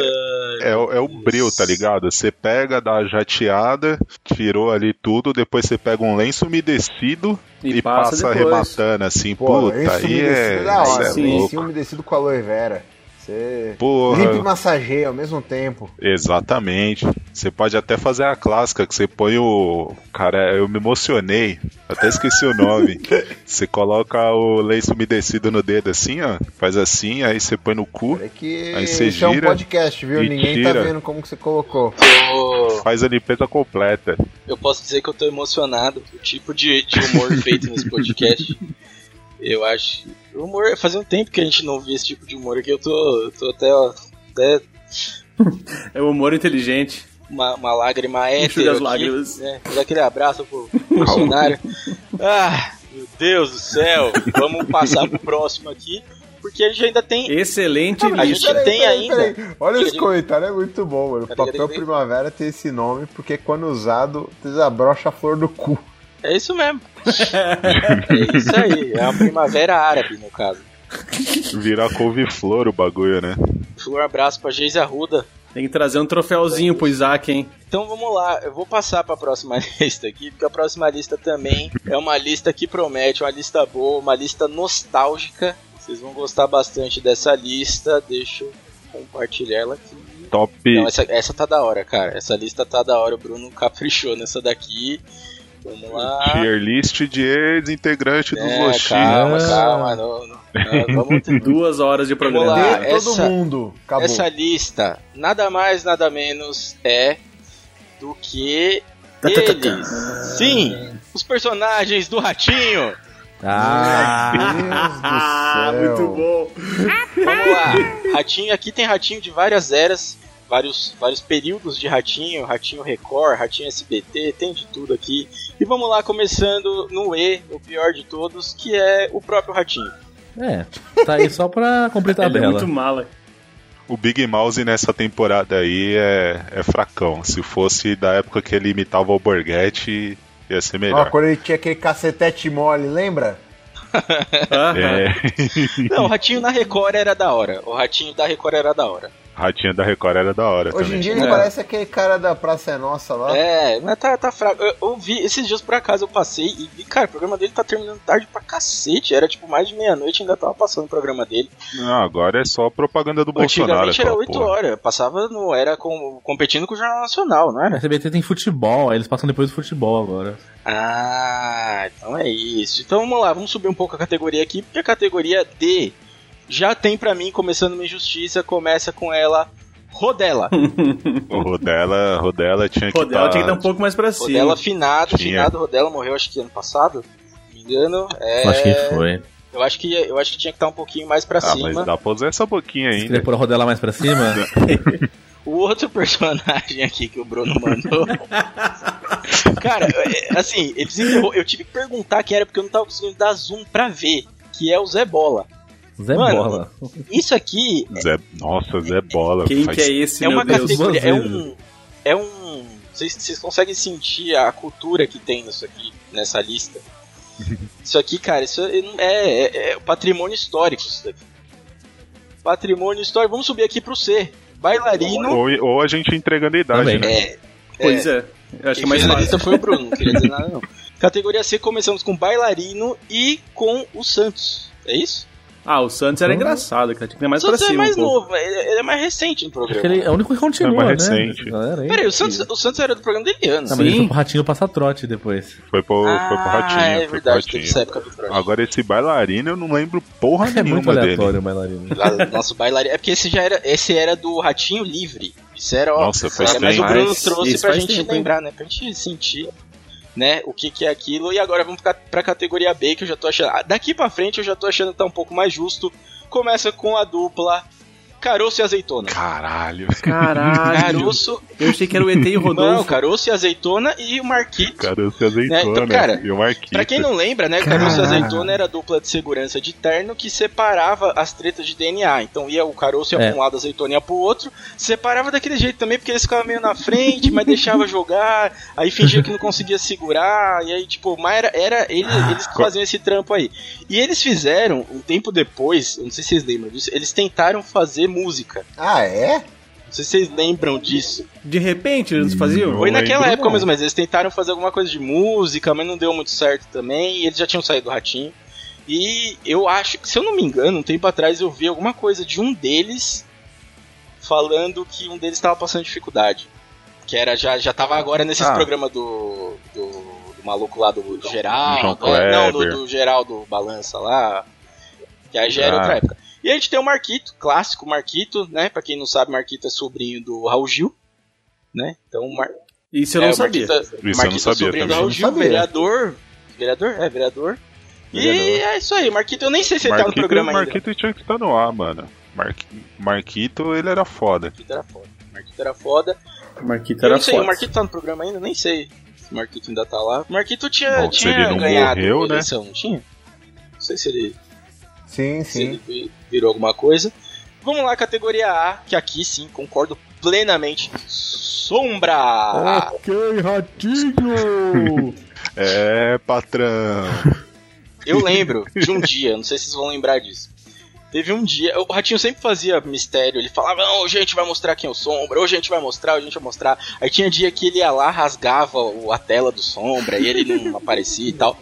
Speaker 7: É, o- é o breu, tá ligado? Você pega, dá a jateada, tirou ali tudo, depois você pega um lenço umedecido e, passa,
Speaker 5: depois.
Speaker 7: arrematando assim,
Speaker 6: Pô,
Speaker 7: puta, aí é.
Speaker 6: da
Speaker 7: isso
Speaker 6: hora.
Speaker 7: é
Speaker 5: sim,
Speaker 7: louco.
Speaker 6: lencinho umedecido com aloe vera. Você limpa e
Speaker 7: Porra,
Speaker 6: massageia ao mesmo tempo.
Speaker 7: exatamente. Você pode até fazer a clássica que você põe o. Cara, eu me emocionei. Até esqueci
Speaker 6: <laughs>
Speaker 7: o nome. Você coloca o lenço umedecido no dedo assim, ó. Faz assim, aí você põe no cu.
Speaker 6: É que
Speaker 7: Aí você
Speaker 6: isso é um
Speaker 7: gira
Speaker 6: podcast, viu?
Speaker 7: e
Speaker 6: Ninguém tá
Speaker 7: tira.
Speaker 6: vendo como que você colocou.
Speaker 3: eu,
Speaker 7: Faz a limpeza completa.
Speaker 3: eu posso dizer que eu tô emocionado. O tipo de, de humor feito nesse podcast. Eu acho. o Humor, fazia um tempo que a gente não via esse tipo de humor aqui. Eu tô, eu tô até, ó, até
Speaker 5: É o humor inteligente.
Speaker 3: uma, uma lágrima
Speaker 5: Enxuga
Speaker 3: hétero
Speaker 5: as
Speaker 3: aqui,
Speaker 5: lágrimas.
Speaker 3: né? Dá aquele abraço
Speaker 5: <laughs>
Speaker 3: pro funcionário. Ah, meu Deus do céu. Vamos passar pro próximo aqui, porque a gente ainda tem...
Speaker 5: Excelente
Speaker 3: A gente
Speaker 5: lista.
Speaker 3: já tem ainda...
Speaker 6: Olha
Speaker 3: Diga,
Speaker 6: esse
Speaker 3: diga.
Speaker 6: comentário, é muito bom, mano.
Speaker 3: Diga,
Speaker 6: Papel
Speaker 3: diga, diga.
Speaker 6: primavera tem esse nome porque quando usado, desabrocha a flor do cu.
Speaker 3: É isso mesmo. <laughs> É isso aí. É uma primavera árabe, no caso.
Speaker 7: Virar couve-flor o bagulho, né?
Speaker 3: Um abraço pra Geise Arruda.
Speaker 5: Tem que trazer um troféuzinho pro Isaac, hein?
Speaker 3: Então vamos lá, eu vou passar pra próxima <laughs> lista aqui, porque a próxima lista também é uma lista que promete, uma lista boa, uma lista nostálgica. Vocês vão gostar bastante dessa lista. Deixa eu compartilhar ela aqui.
Speaker 7: Top.
Speaker 3: Não, essa, essa tá da hora, cara. Essa lista tá da hora. O Bruno caprichou nessa daqui. Vamos lá.
Speaker 7: Tier list de ex-integrante dos
Speaker 3: tá- É,
Speaker 7: Loxinhos.
Speaker 3: calma,
Speaker 4: Ah.
Speaker 3: calma. Não, não, não, vamos ter-
Speaker 5: Duas horas de programa.
Speaker 3: Vamos lá. Ah,
Speaker 6: De todo
Speaker 3: essa-
Speaker 6: mundo. Acabou.
Speaker 3: Essa lista, nada mais, nada menos é do que eles. Sim, os personagens do Ratinho.
Speaker 4: Ah,
Speaker 3: <laughs>
Speaker 5: Ah,
Speaker 6: Meu Deus do céu.
Speaker 5: muito bom.
Speaker 3: Vamos lá. <laughs> Ratinho, aqui tem Ratinho de várias eras, vários, vários períodos de Ratinho, Ratinho Record, Ratinho SBT, tem de tudo aqui. E vamos lá, começando no E, o pior de todos, que é o próprio Ratinho.
Speaker 4: <laughs> é. Tá aí só pra
Speaker 7: Tá
Speaker 4: completar a
Speaker 5: Ele é
Speaker 4: tabela.
Speaker 5: muito mala.
Speaker 7: O Big Mouse nessa temporada aí é, é fracão. Se fosse da época que ele imitava o Borghetti, ia ser
Speaker 6: Ó,
Speaker 7: melhor.
Speaker 6: quando ele tinha aquele cacetete mole, lembra?
Speaker 5: Aham.
Speaker 7: É.
Speaker 3: Não, o ratinho na Record era da hora. O ratinho da Record era da hora.
Speaker 7: <laughs> Ratinha da Record era da hora
Speaker 6: Hoje
Speaker 7: também.
Speaker 6: em dia ele
Speaker 5: É.
Speaker 6: parece aquele cara da Praça é Nossa lá.
Speaker 3: É, mas tá, tá fraco. Eu, eu vi, esses dias por acaso eu passei e vi, cara, o programa dele tá terminando tarde pra cacete. Era tipo mais de meia-noite ainda tava passando o programa dele.
Speaker 7: Não, agora é só propaganda do Bolsonaro.
Speaker 3: Antigamente era
Speaker 7: aquela
Speaker 3: 8
Speaker 7: porra.
Speaker 3: horas. Passava no. Era com- competindo com o Jornal Nacional, não é?
Speaker 4: A
Speaker 3: era?
Speaker 4: CBT tem futebol, aí eles passam depois do futebol agora.
Speaker 3: Ah, então é isso. Então vamos lá, vamos subir um pouco a categoria aqui, porque a categoria D já tem pra mim, começando uma injustiça, começa com ela. Rodela.
Speaker 7: O Rodela, Rodela tinha que
Speaker 5: Pô, ela
Speaker 7: tá-
Speaker 5: tinha que dar um pouco mais pra cima.
Speaker 3: Rodela finado,
Speaker 7: Tinha.
Speaker 3: finado Rodela morreu acho que ano passado. Se não me engano. É,
Speaker 4: Eu acho que foi.
Speaker 3: Eu acho que eu acho que tinha que estar um pouquinho mais pra
Speaker 7: Ah,
Speaker 3: cima.
Speaker 7: mas dá pra usar essa boquinha né?
Speaker 4: Você
Speaker 7: ainda.
Speaker 4: queria pôr a rodela mais pra cima?
Speaker 3: O outro <laughs> personagem aqui que o Bruno mandou. Cara, é, assim, eu preciso- eu tive que perguntar quem era porque eu não tava conseguindo dar zoom pra ver. Que é o Zé Bola.
Speaker 4: Zé
Speaker 3: Mano,
Speaker 4: Bola.
Speaker 3: Isso aqui
Speaker 7: Zé, nossa, Zé Bola.
Speaker 5: Quem
Speaker 7: faz-
Speaker 5: que é esse,
Speaker 3: é
Speaker 5: meu
Speaker 3: uma
Speaker 5: Deus?
Speaker 3: categoria. É
Speaker 4: duas
Speaker 3: um. É um. Vocês, vocês conseguem sentir a cultura que tem nisso aqui, nessa
Speaker 5: <laughs>
Speaker 3: lista. Isso aqui, cara, isso é, é, é- é patrimônio histórico isso daqui. Patrimônio histórico. Vamos subir aqui pro C. Bailarino.
Speaker 7: Ou, ou a gente entregando a idade,
Speaker 4: Também.
Speaker 7: né?
Speaker 3: É, é,
Speaker 5: Pois é. Eu acho que é
Speaker 3: Quem
Speaker 5: mais
Speaker 3: fez a
Speaker 5: fácil.
Speaker 3: lista foi o Bruno, não queria dizer nada não. Categoria C começamos com bailarino e com o Santos. É isso?
Speaker 5: Ah, o Santos
Speaker 7: Hum.
Speaker 5: era engraçado, cara. Tinha que ter mais
Speaker 3: o Santos
Speaker 5: pra
Speaker 3: é
Speaker 5: cima.
Speaker 3: mais
Speaker 5: um pouco.
Speaker 3: novo, ele ele é mais recente no
Speaker 4: Acho
Speaker 3: programa.
Speaker 4: que ele é o único que
Speaker 7: É
Speaker 4: continua,
Speaker 7: mais
Speaker 4: né?
Speaker 7: recente.
Speaker 4: Galera, aí.
Speaker 3: Peraí, o Santos, o Santos era do programa dele antes.
Speaker 4: Não, mas ele
Speaker 5: Sim.
Speaker 4: foi pro ratinho passar trote depois.
Speaker 7: Foi pro, foi pro Ratinho.
Speaker 3: Ah, é
Speaker 7: foi pro
Speaker 3: verdade,
Speaker 7: Ratinho.
Speaker 3: teve essa época do programa.
Speaker 7: Agora esse bailarino eu não lembro porra
Speaker 4: <laughs> É muito
Speaker 7: nenhuma dele.
Speaker 4: aleatório o
Speaker 7: <laughs>
Speaker 4: bailarino.
Speaker 3: Lá- Nosso bailarino. É porque esse já era. Esse era do Ratinho Livre. Isso era, ó.
Speaker 7: Nossa, foi
Speaker 3: é, mas
Speaker 7: bem
Speaker 3: o Bruno
Speaker 5: mais-
Speaker 3: trouxe
Speaker 5: isso
Speaker 3: pra
Speaker 5: faz
Speaker 3: gente
Speaker 5: tempo, hein?
Speaker 3: lembrar, né? Pra gente sentir. Né, o que, que é aquilo, e agora vamos pra, pra categoria B, que eu já tô achando. ah, Daqui pra frente eu já tô achando que tá um pouco mais justo. Começa com a dupla Caroço e Azeitona.
Speaker 7: Caralho. <laughs>
Speaker 5: Caralho.
Speaker 3: Caroço,
Speaker 5: Eu achei que era o ET <laughs> e o
Speaker 3: não,
Speaker 5: Rodolfo.
Speaker 3: Caroço e Azeitona e o Marquito.
Speaker 7: Cara, você azeitou,
Speaker 3: então,
Speaker 7: né?
Speaker 3: cara,
Speaker 7: e o Marquinhos.
Speaker 3: Pra quem não lembra, né, Caroço e Azeitona era a dupla de segurança de terno que separava as tretas de DNA. Então ia o Caroço ia
Speaker 4: É.
Speaker 3: pra um lado, a Azeitona ia pro outro. Separava daquele jeito também, porque eles ficavam meio na frente, mas deixava <laughs> jogar. Aí fingia que não conseguia segurar. E aí, tipo, mas era, era ele- eles que faziam esse trampo aí. E eles fizeram, um tempo depois, eu não sei se vocês lembram disso, eles tentaram fazer música.
Speaker 6: Ah, é?
Speaker 3: Não sei se vocês lembram disso.
Speaker 5: De repente, eles faziam?
Speaker 7: Não
Speaker 3: Foi naquela
Speaker 7: lembro,
Speaker 3: época
Speaker 7: não.
Speaker 3: mais ou menos. Eles tentaram fazer alguma coisa de música, mas não deu muito certo também. E eles já tinham saído do ratinho. E eu acho, se eu não me engano, um tempo atrás eu vi alguma coisa de um deles falando que um deles estava passando dificuldade. Que era já, já tava agora nesses
Speaker 5: Ah.
Speaker 3: programas do, do, do maluco lá do, do Geraldo.
Speaker 7: João
Speaker 3: é, não, do,
Speaker 7: Kleber.
Speaker 3: do Geraldo Balança lá. Que aí já era
Speaker 7: Ah.
Speaker 3: outra época. E a gente tem o Marquito, clássico Marquito, né? Pra quem não sabe, Marquito é sobrinho do Raul Gil, né? Então, o Mar...
Speaker 5: Isso eu não
Speaker 3: É, o
Speaker 5: sabia.
Speaker 3: Marquito-
Speaker 7: Isso eu não
Speaker 3: Marquito
Speaker 7: sabia
Speaker 3: sobrinho do
Speaker 7: também.
Speaker 3: Raul Gil,
Speaker 6: Não sabia.
Speaker 3: tá vereador. Vereador? É, vereador. E
Speaker 6: Vereador.
Speaker 3: é isso aí, Marquito, eu nem sei se ele tá no
Speaker 7: Marquito,
Speaker 3: programa ainda.
Speaker 7: Marquito tinha que estar no ar, mano. Mar... Marquito, ele era foda.
Speaker 3: Marquito era foda. Marquito era foda.
Speaker 5: Marquito
Speaker 3: Eu
Speaker 5: era
Speaker 3: não sei, o
Speaker 5: foda.
Speaker 3: Marquito tá no programa ainda, nem sei se o Marquito ainda tá lá. O Marquito tinha,
Speaker 7: Bom, se
Speaker 3: tinha
Speaker 7: ele não
Speaker 3: ganhado
Speaker 7: morreu,
Speaker 3: a
Speaker 7: né?
Speaker 3: eleição, não tinha? Não sei se ele,
Speaker 6: Sim,
Speaker 3: se
Speaker 6: sim.
Speaker 3: ele virou alguma coisa. Vamos lá, categoria A, que aqui sim, concordo plenamente. Sombra!
Speaker 6: Ah.
Speaker 4: Ok, ratinho!
Speaker 7: É, patrão.
Speaker 3: Eu lembro de um dia, não sei se vocês vão lembrar disso. Teve um dia, o Ratinho sempre fazia mistério, ele falava, não, hoje a gente vai mostrar quem é o Sombra, hoje a gente vai mostrar, hoje a gente vai mostrar. Aí tinha dia que ele ia lá, rasgava o- a tela do Sombra e ele não aparecia e tal.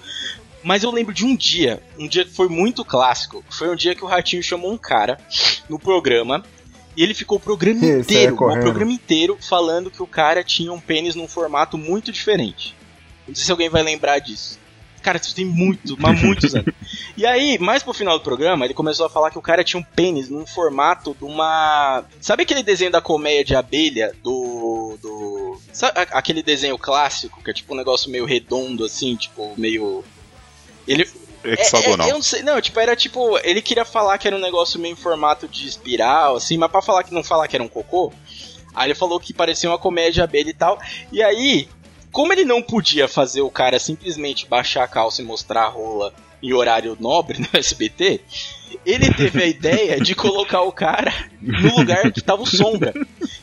Speaker 3: Mas eu lembro de um dia, um dia que foi muito clássico, foi um dia que o Ratinho chamou um cara no programa e ele ficou o programa
Speaker 6: Sim, saiu
Speaker 3: inteiro, o
Speaker 6: correndo.
Speaker 3: programa inteiro falando que o cara tinha um pênis num formato muito diferente. Não sei se alguém vai lembrar disso. Cara, isso tem muito, mas muitos anos. E aí, mais pro final do programa, ele começou a falar que o cara tinha um pênis num formato de uma. Sabe aquele desenho da colmeia de abelha? Do. do... Sabe a- aquele desenho clássico, que é tipo um negócio meio redondo, assim, tipo, meio. Ele, é,
Speaker 7: Hexagonal.
Speaker 3: é, eu não sei, não, tipo, era tipo, ele queria falar que era um negócio meio em formato de espiral, assim, mas pra falar que não falar que era um cocô, aí ele falou que parecia uma comédia abelha e tal. E aí, como ele não podia fazer o cara simplesmente baixar a calça e mostrar a rola em horário nobre no <laughs> SBT, ele teve a ideia de colocar o cara no lugar que tava o sombra.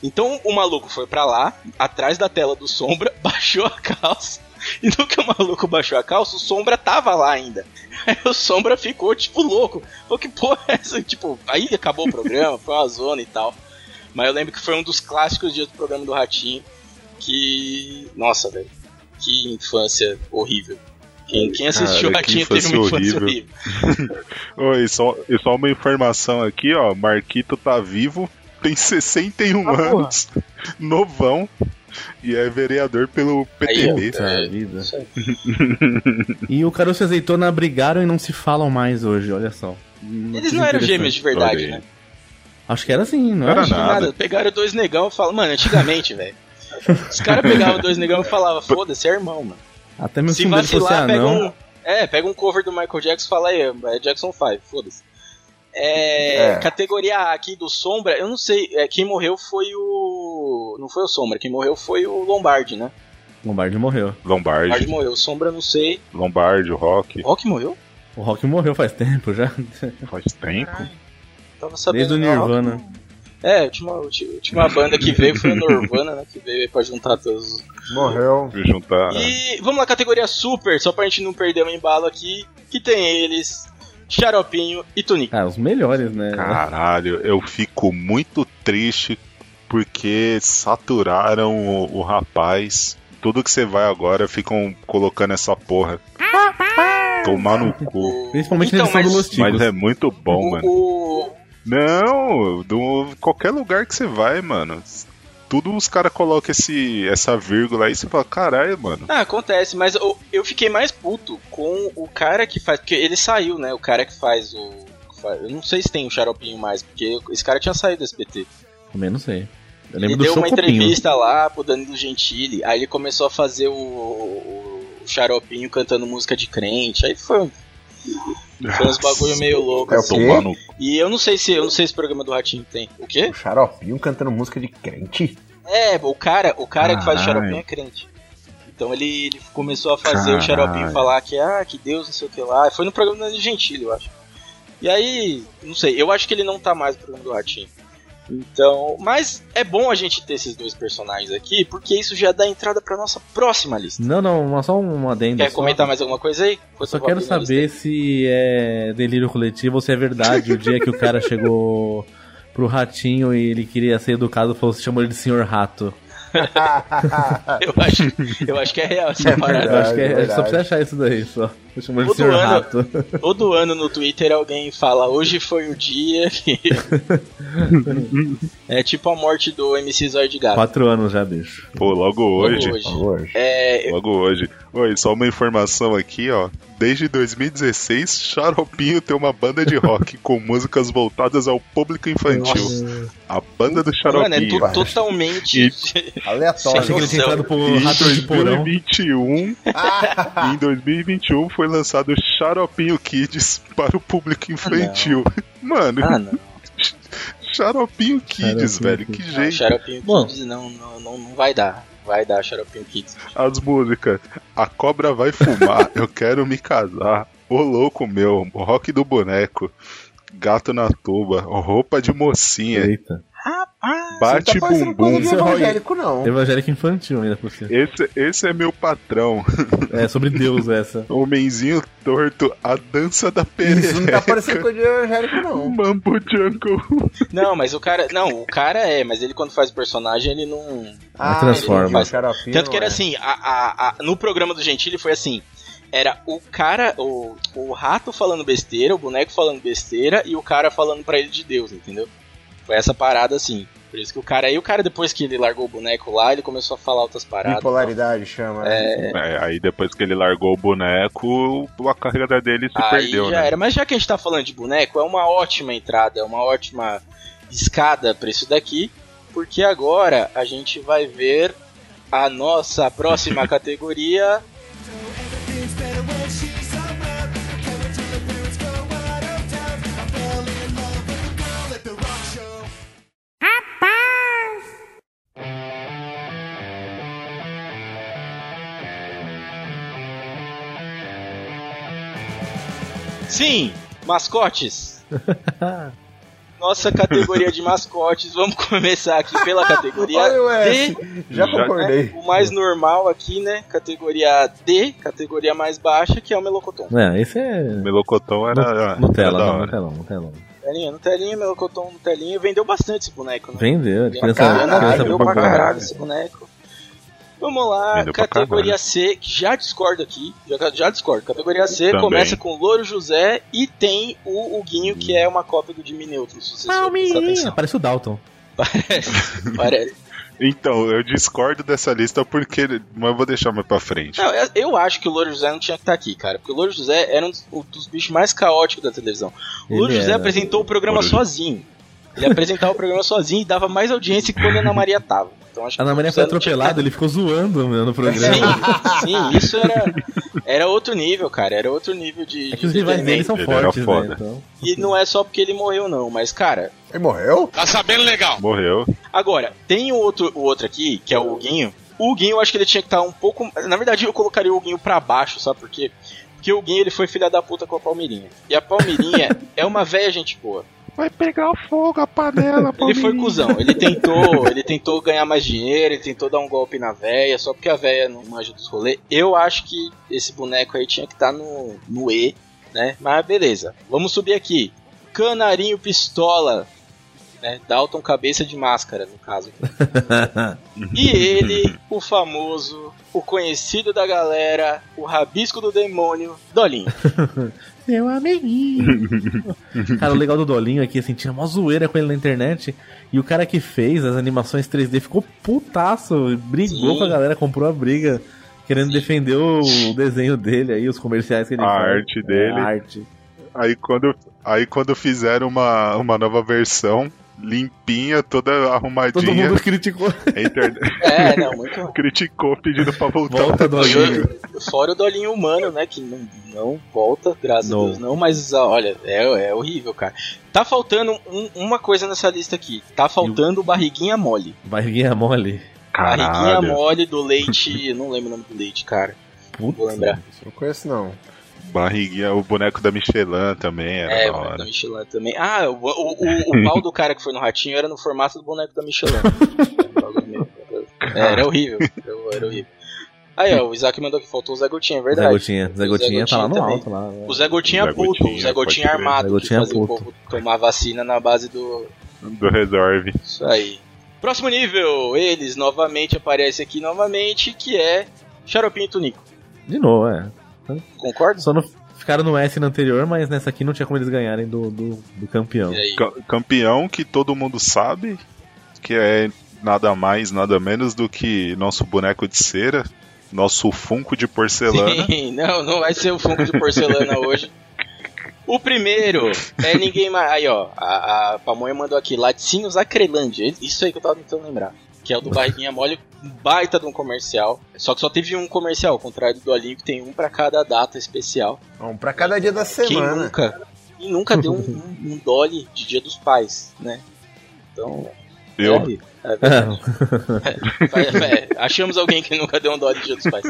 Speaker 3: Então o maluco foi pra lá, atrás da tela do Sombra, <laughs> baixou a calça. E no que o maluco baixou a calça, o Sombra tava lá ainda. Aí o Sombra ficou, tipo, louco. Falou, que porra é essa? Tipo, aí acabou o programa, foi uma zona e tal. Mas eu lembro que foi um dos clássicos dias do programa do Ratinho. Que. Nossa, velho. Que infância horrível. Quem, quem assistiu
Speaker 7: Cara,
Speaker 3: o
Speaker 7: que
Speaker 3: Ratinho teve uma
Speaker 7: infância
Speaker 3: infância
Speaker 7: horrível.
Speaker 3: horrível.
Speaker 7: Oi, só, e só uma informação aqui, ó. Marquito tá vivo, tem 61
Speaker 6: Ah, porra.
Speaker 7: anos, novão, e é vereador pelo PTB.
Speaker 4: Puta
Speaker 3: é
Speaker 4: vida. <laughs> E o Caruso e a Azeitona brigaram e não se falam mais hoje, olha só.
Speaker 3: Eles não eram gêmeos de verdade,
Speaker 7: Olha
Speaker 3: né?
Speaker 7: aí.
Speaker 4: Acho que era assim, não era?
Speaker 7: Era
Speaker 3: Acho que
Speaker 7: é nada.
Speaker 3: Pegaram dois negão e falaram, mano, antigamente, velho. Os caras pegavam dois negão e falavam, foda-se, é irmão, mano.
Speaker 4: Até mesmo
Speaker 3: Se
Speaker 4: se um deles fosse
Speaker 3: vacilar, pega
Speaker 4: anão.
Speaker 3: um. É, pega um cover do Michael Jackson e fala aí, é Jackson 5, foda-se. É,
Speaker 6: É.
Speaker 3: Categoria A aqui do Sombra, eu não sei, é, quem morreu foi o. Não foi o Sombra, quem morreu foi o Lombardi, né?
Speaker 4: Lombardi morreu.
Speaker 3: Lombardi
Speaker 7: Lombardi,
Speaker 3: morreu, o Sombra não sei.
Speaker 7: Lombardi, o Rock,
Speaker 3: Rock morreu?
Speaker 4: O Rock morreu faz tempo já.
Speaker 7: faz tempo.
Speaker 3: Tava sabendo.
Speaker 4: Desde o
Speaker 3: não,
Speaker 4: Nirvana.
Speaker 3: É, a última, a última- a última banda que veio foi o Norvana, né? Que veio aí pra juntar todos os
Speaker 6: Morreu.
Speaker 7: Vou
Speaker 4: É.
Speaker 7: Juntar.
Speaker 6: né?
Speaker 3: E vamos lá, categoria super, só pra gente não perder o embalo aqui, que tem eles, Xaropinho e Tunico.
Speaker 4: Ah, os melhores, né?
Speaker 7: Caralho, eu fico muito triste porque saturaram o, o rapaz. Tudo que você vai agora ficam colocando essa porra. Tomar no cu.
Speaker 4: Principalmente na
Speaker 3: então,
Speaker 4: edição
Speaker 3: mas
Speaker 4: do Los Ticos.
Speaker 7: Mas é muito bom,
Speaker 6: Tipo,
Speaker 7: mano.
Speaker 3: o,
Speaker 7: Não, do, qualquer lugar que você vai, mano. Tudo os caras colocam esse, essa vírgula aí e você fala, caralho, mano.
Speaker 3: Ah, acontece, mas eu, eu fiquei mais puto com o cara que faz. Porque ele saiu, né? O cara que faz o. que fa- Eu não sei se tem o Xaropinho mais, porque esse cara tinha saído do SBT.
Speaker 4: Também não sei. Eu
Speaker 3: Ele
Speaker 4: lembro do
Speaker 3: deu uma
Speaker 4: Chocopinho.
Speaker 3: entrevista lá pro Danilo Gentili, aí ele começou a fazer o, o, o Xaropinho cantando música de crente, aí foi, um- foi uns bagulho meio louco.
Speaker 6: <laughs> É o
Speaker 3: assim.
Speaker 6: quê?
Speaker 7: Tomar no cu.
Speaker 3: E eu não sei se eu não sei se o programa do Ratinho tem. O quê?
Speaker 6: O xaropinho Um cantando música de crente.
Speaker 3: É, o cara, o cara que faz o
Speaker 7: Caralho.
Speaker 3: xaropinho é crente. Então ele, ele começou a fazer o
Speaker 7: Caralho.
Speaker 3: xaropinho falar que, ah, que Deus, não sei o que lá. Foi no programa do Danilo Gentili, eu acho. E aí, não sei, eu acho que ele não tá mais no programa do Ratinho. Então, mas é bom a gente ter esses dois personagens aqui, porque isso já dá entrada pra nossa próxima lista.
Speaker 4: Não, não, mas só um adendo.
Speaker 3: Quer
Speaker 4: só.
Speaker 3: comentar mais alguma coisa aí?
Speaker 4: Eu só quero saber se é delírio coletivo ou se é verdade o dia que o cara chegou pro ratinho e ele queria ser educado, falou, chamou ele de senhor rato.
Speaker 3: <laughs> Eu acho, eu acho que é real essa parada.
Speaker 4: eu acho que é,
Speaker 6: verdade.
Speaker 4: só precisa achar isso daí, só. Chamou ele de
Speaker 3: Todo
Speaker 4: senhor
Speaker 3: ano-
Speaker 4: rato.
Speaker 3: Todo ano no Twitter alguém fala hoje foi o dia que. é tipo a morte do MC Zóio de Gato.
Speaker 4: Quatro anos já, bicho.
Speaker 7: Pô, logo hoje.
Speaker 3: Logo
Speaker 6: Hoje.
Speaker 3: É,
Speaker 7: Logo hoje. Oi, só uma informação aqui, ó. Desde 2016, Xaropinho tem uma banda de
Speaker 4: <laughs>
Speaker 7: rock com músicas voltadas ao público infantil. A banda do
Speaker 3: mano, é
Speaker 7: Xaropinho.
Speaker 3: to- totalmente. Tá
Speaker 6: Aleatório.
Speaker 4: Achei que ele tinha
Speaker 3: Nossa,
Speaker 4: entrado pro
Speaker 7: Em
Speaker 4: rato de porão.
Speaker 3: <laughs>
Speaker 7: 2021, em 2021 foi lançado Xaropinho Kids para o público infantil. Mano,
Speaker 3: Ah, não.
Speaker 7: Xaropinho Kids,
Speaker 4: Xaropinho
Speaker 7: velho,
Speaker 4: Kids.
Speaker 7: que <laughs>
Speaker 3: não
Speaker 7: jeito.
Speaker 3: Xaropinho
Speaker 4: Bom.
Speaker 3: Kids não, não, não, não vai dar. Vai dar Xaropinho Kids.
Speaker 7: As músicas. A cobra vai fumar, eu quero me casar. Ô louco meu, rock do boneco. Gato na tuba, roupa de mocinha,
Speaker 4: Eita.
Speaker 7: bate
Speaker 6: Não tá parecendo coisa
Speaker 7: bumbum.
Speaker 6: de
Speaker 4: Você olha-
Speaker 6: evangélico, não.
Speaker 4: Evangélico infantil ainda por cima.
Speaker 7: Esse, esse é meu patrão.
Speaker 4: É sobre
Speaker 3: <laughs>
Speaker 4: Deus essa.
Speaker 7: Homenzinho torto, a dança da
Speaker 6: Isso não tá
Speaker 7: perereca.
Speaker 6: parecendo coisa de evangélico, não.
Speaker 7: Mambo Jungle.
Speaker 3: Não, mas o cara. Não, o cara é, mas ele quando faz o personagem, ele não.
Speaker 6: Ah,
Speaker 4: transforma.
Speaker 6: entendi, o xaropinho
Speaker 3: Tanto que era
Speaker 6: não é.
Speaker 3: assim, a- a- a- no programa do Gentili foi assim. Era o cara, o, o rato falando besteira, o boneco falando besteira e o cara falando pra ele de Deus, entendeu? Foi essa parada assim. Por isso que o cara aí, o cara depois que ele largou o boneco lá, ele começou a falar outras paradas.
Speaker 6: Bipolaridade chama. né?
Speaker 7: É, aí depois que ele largou o boneco, a carreira dele se
Speaker 3: Aí
Speaker 7: perdeu,
Speaker 3: já
Speaker 7: né?
Speaker 3: era. Mas já que a gente tá falando de boneco, é uma ótima entrada, é uma ótima escada pra isso daqui, porque agora a gente vai ver a nossa próxima categoria. Sim, mascotes. nossa categoria de mascotes. Vamos começar aqui pela categoria
Speaker 6: Olha o S.
Speaker 3: D.
Speaker 6: Já concordei.
Speaker 3: né? O mais normal aqui, né? Categoria D, categoria mais baixa, que é o melocotão.
Speaker 4: Não, esse é.
Speaker 7: Melocotão era. era
Speaker 4: Nutella, né?
Speaker 7: da
Speaker 4: não,
Speaker 7: hora.
Speaker 4: Nutella, Nutella.
Speaker 3: Telinha, Nutelinha, melocotão, Nutelinha. Vendeu bastante esse boneco, né?
Speaker 4: Vendeu,
Speaker 3: Pra
Speaker 4: criança,
Speaker 3: caralho,
Speaker 4: criança
Speaker 3: vendeu pra caralho esse boneco. Vamos lá,
Speaker 7: Vendeu pra
Speaker 3: categoria
Speaker 7: caralho.
Speaker 3: C, que já discordo aqui, já, já discordo. Categoria C
Speaker 7: Também.
Speaker 3: começa com Louro José e tem o Huguinho, que é uma cópia do Jimmy Neutron, se vocês forem prestar
Speaker 4: Palmeirinha,
Speaker 3: atenção.
Speaker 4: parece o Dalton.
Speaker 3: Parece.
Speaker 7: Então, eu discordo dessa lista porque. Mas eu vou deixar mais pra frente.
Speaker 3: Não, eu- eu acho que o Louro José não tinha que estar aqui, cara, porque o Louro José era um dos, um dos bichos mais caóticos da televisão. O Louro
Speaker 4: Ele
Speaker 3: José
Speaker 4: era.
Speaker 3: apresentou o programa
Speaker 7: Louro José.
Speaker 3: sozinho. Ele apresentava o programa sozinho e dava mais audiência que quando a Ana Maria tava. Então acho que
Speaker 4: A Ana
Speaker 3: o
Speaker 4: Maria
Speaker 3: Louro
Speaker 4: foi
Speaker 3: José não tinha que
Speaker 4: atropelada, ele ficou zoando meu, no programa.
Speaker 3: Sim, sim, isso era, era outro nível, cara. Era outro nível de.
Speaker 4: É que os
Speaker 3: de
Speaker 4: rivais dele
Speaker 3: entretenimento.
Speaker 4: são
Speaker 7: Ele era
Speaker 4: fortes, né?
Speaker 7: foda.
Speaker 4: Então.
Speaker 3: E não é só porque ele morreu, não. Mas, cara,
Speaker 6: Ele morreu?
Speaker 1: Tá sabendo legal.
Speaker 7: Morreu.
Speaker 3: agora, tem o outro, o outro aqui, que é o Huguinho. O Huguinho, eu acho que ele tinha que estar um pouco. Na verdade, eu colocaria o Huguinho pra baixo, sabe por quê? Porque o Huguinho ele foi filha da puta com a Palmeirinha. E a
Speaker 7: <laughs>
Speaker 3: Palmeirinha é uma velha gente boa.
Speaker 7: Vai pegar fogo a panela,
Speaker 3: Ele foi cuzão. Ele
Speaker 7: <laughs>
Speaker 3: tentou, ele tentou ganhar mais dinheiro, ele tentou dar um golpe na véia, só porque a véia não manja dos rolês. Eu acho que esse boneco aí tinha que estar no, no E, né? Mas beleza. Vamos subir aqui. Canarinho Pistola. Né? Dalton Cabeça de Máscara, no caso.
Speaker 4: então. <laughs>
Speaker 3: E ele, o famoso, o conhecido da galera, o rabisco do demônio, Dolinho.
Speaker 4: Meu amiguinho. <laughs> cara, o legal do Dolinho é que assim, tinha uma zoeira com ele na internet. E o cara que fez as animações 3D ficou putaço. Brigou
Speaker 3: Sim.
Speaker 4: com a galera, comprou a briga. Querendo defender o desenho dele aí, os comerciais que ele
Speaker 7: A
Speaker 4: faz.
Speaker 7: arte
Speaker 4: É,
Speaker 7: dele.
Speaker 4: A arte.
Speaker 7: Aí quando, aí quando fizeram uma, uma nova versão, limpinha, toda
Speaker 4: Todo
Speaker 7: arrumadinha,
Speaker 4: mundo criticou.
Speaker 7: a internet <laughs>
Speaker 3: É, não, muito
Speaker 7: criticou pedindo pra voltar.
Speaker 4: Volta, Dolinho.
Speaker 3: Fora o dolinho humano, né? Que não, não volta, graças
Speaker 4: Não.
Speaker 3: a Deus, não. Mas ah, olha, é, é horrível, cara. Tá faltando um- uma coisa nessa lista aqui. Tá faltando o barriguinha mole.
Speaker 4: Barriguinha mole.
Speaker 3: Barriguinha
Speaker 7: Caralho,
Speaker 3: mole do leite. <laughs> eu não lembro o nome do leite, cara. Vou lembrar.
Speaker 4: Puta.
Speaker 6: Não conheço, não.
Speaker 7: barriguinha, o boneco da Michelin também era
Speaker 3: É,
Speaker 7: da
Speaker 3: o da
Speaker 7: hora.
Speaker 3: Michelin também. Ah, o, o, o, o pau do cara que foi no ratinho era no formato do boneco da
Speaker 7: <laughs>
Speaker 3: Michelin. É, era horrível. Era, era horrível. Aí, ó, o Isaac mandou que faltou o Zé Gotinha, é
Speaker 4: Zé
Speaker 3: verdade.
Speaker 4: Gotinha. Zé Gotinha tá lá no
Speaker 3: também.
Speaker 4: alto. Lá.
Speaker 3: O Zé Gotinha é
Speaker 7: O Zé
Speaker 3: puto,
Speaker 7: Gotinha,
Speaker 3: o Zé Gotinha é
Speaker 7: pode crer. é
Speaker 3: armado,
Speaker 4: Zé Gotinha
Speaker 3: que fazia
Speaker 4: puto.
Speaker 3: o povo tomar vacina na base do...
Speaker 7: Do Resolve.
Speaker 3: Isso aí. Próximo nível, eles novamente aparecem aqui novamente, que é Xaropinho e Tunico.
Speaker 4: De novo, é.
Speaker 3: Concorda?
Speaker 4: Só não ficaram no S na anterior, mas nessa aqui não tinha como eles ganharem do, do, do campeão.
Speaker 3: E aí?
Speaker 7: Ca- campeão que todo mundo sabe, que é nada mais, nada menos do que nosso boneco de cera, nosso funko de porcelana.
Speaker 3: Sim, não, não vai ser o fungo de porcelana hoje. O primeiro é ninguém mais. Aí, ó, a, a Pamonha mandou aqui, Laticínios Acrelândia. Isso aí que eu tava tentando lembrar. Que é o do Barriguinha Mole, um baita de um comercial. Só que só teve um comercial, ao contrário do Olímpio, tem um pra cada data especial.
Speaker 6: Bom, pra cada dia da
Speaker 3: Quem
Speaker 7: né?
Speaker 6: semana.
Speaker 3: nunca, quem nunca deu um, um, um dolly de Dia dos Pais, né? Então,
Speaker 7: Eu,
Speaker 3: olha aí, é verdade. É, achamos alguém que nunca deu um dolly de Dia dos
Speaker 7: <laughs>
Speaker 3: Pais.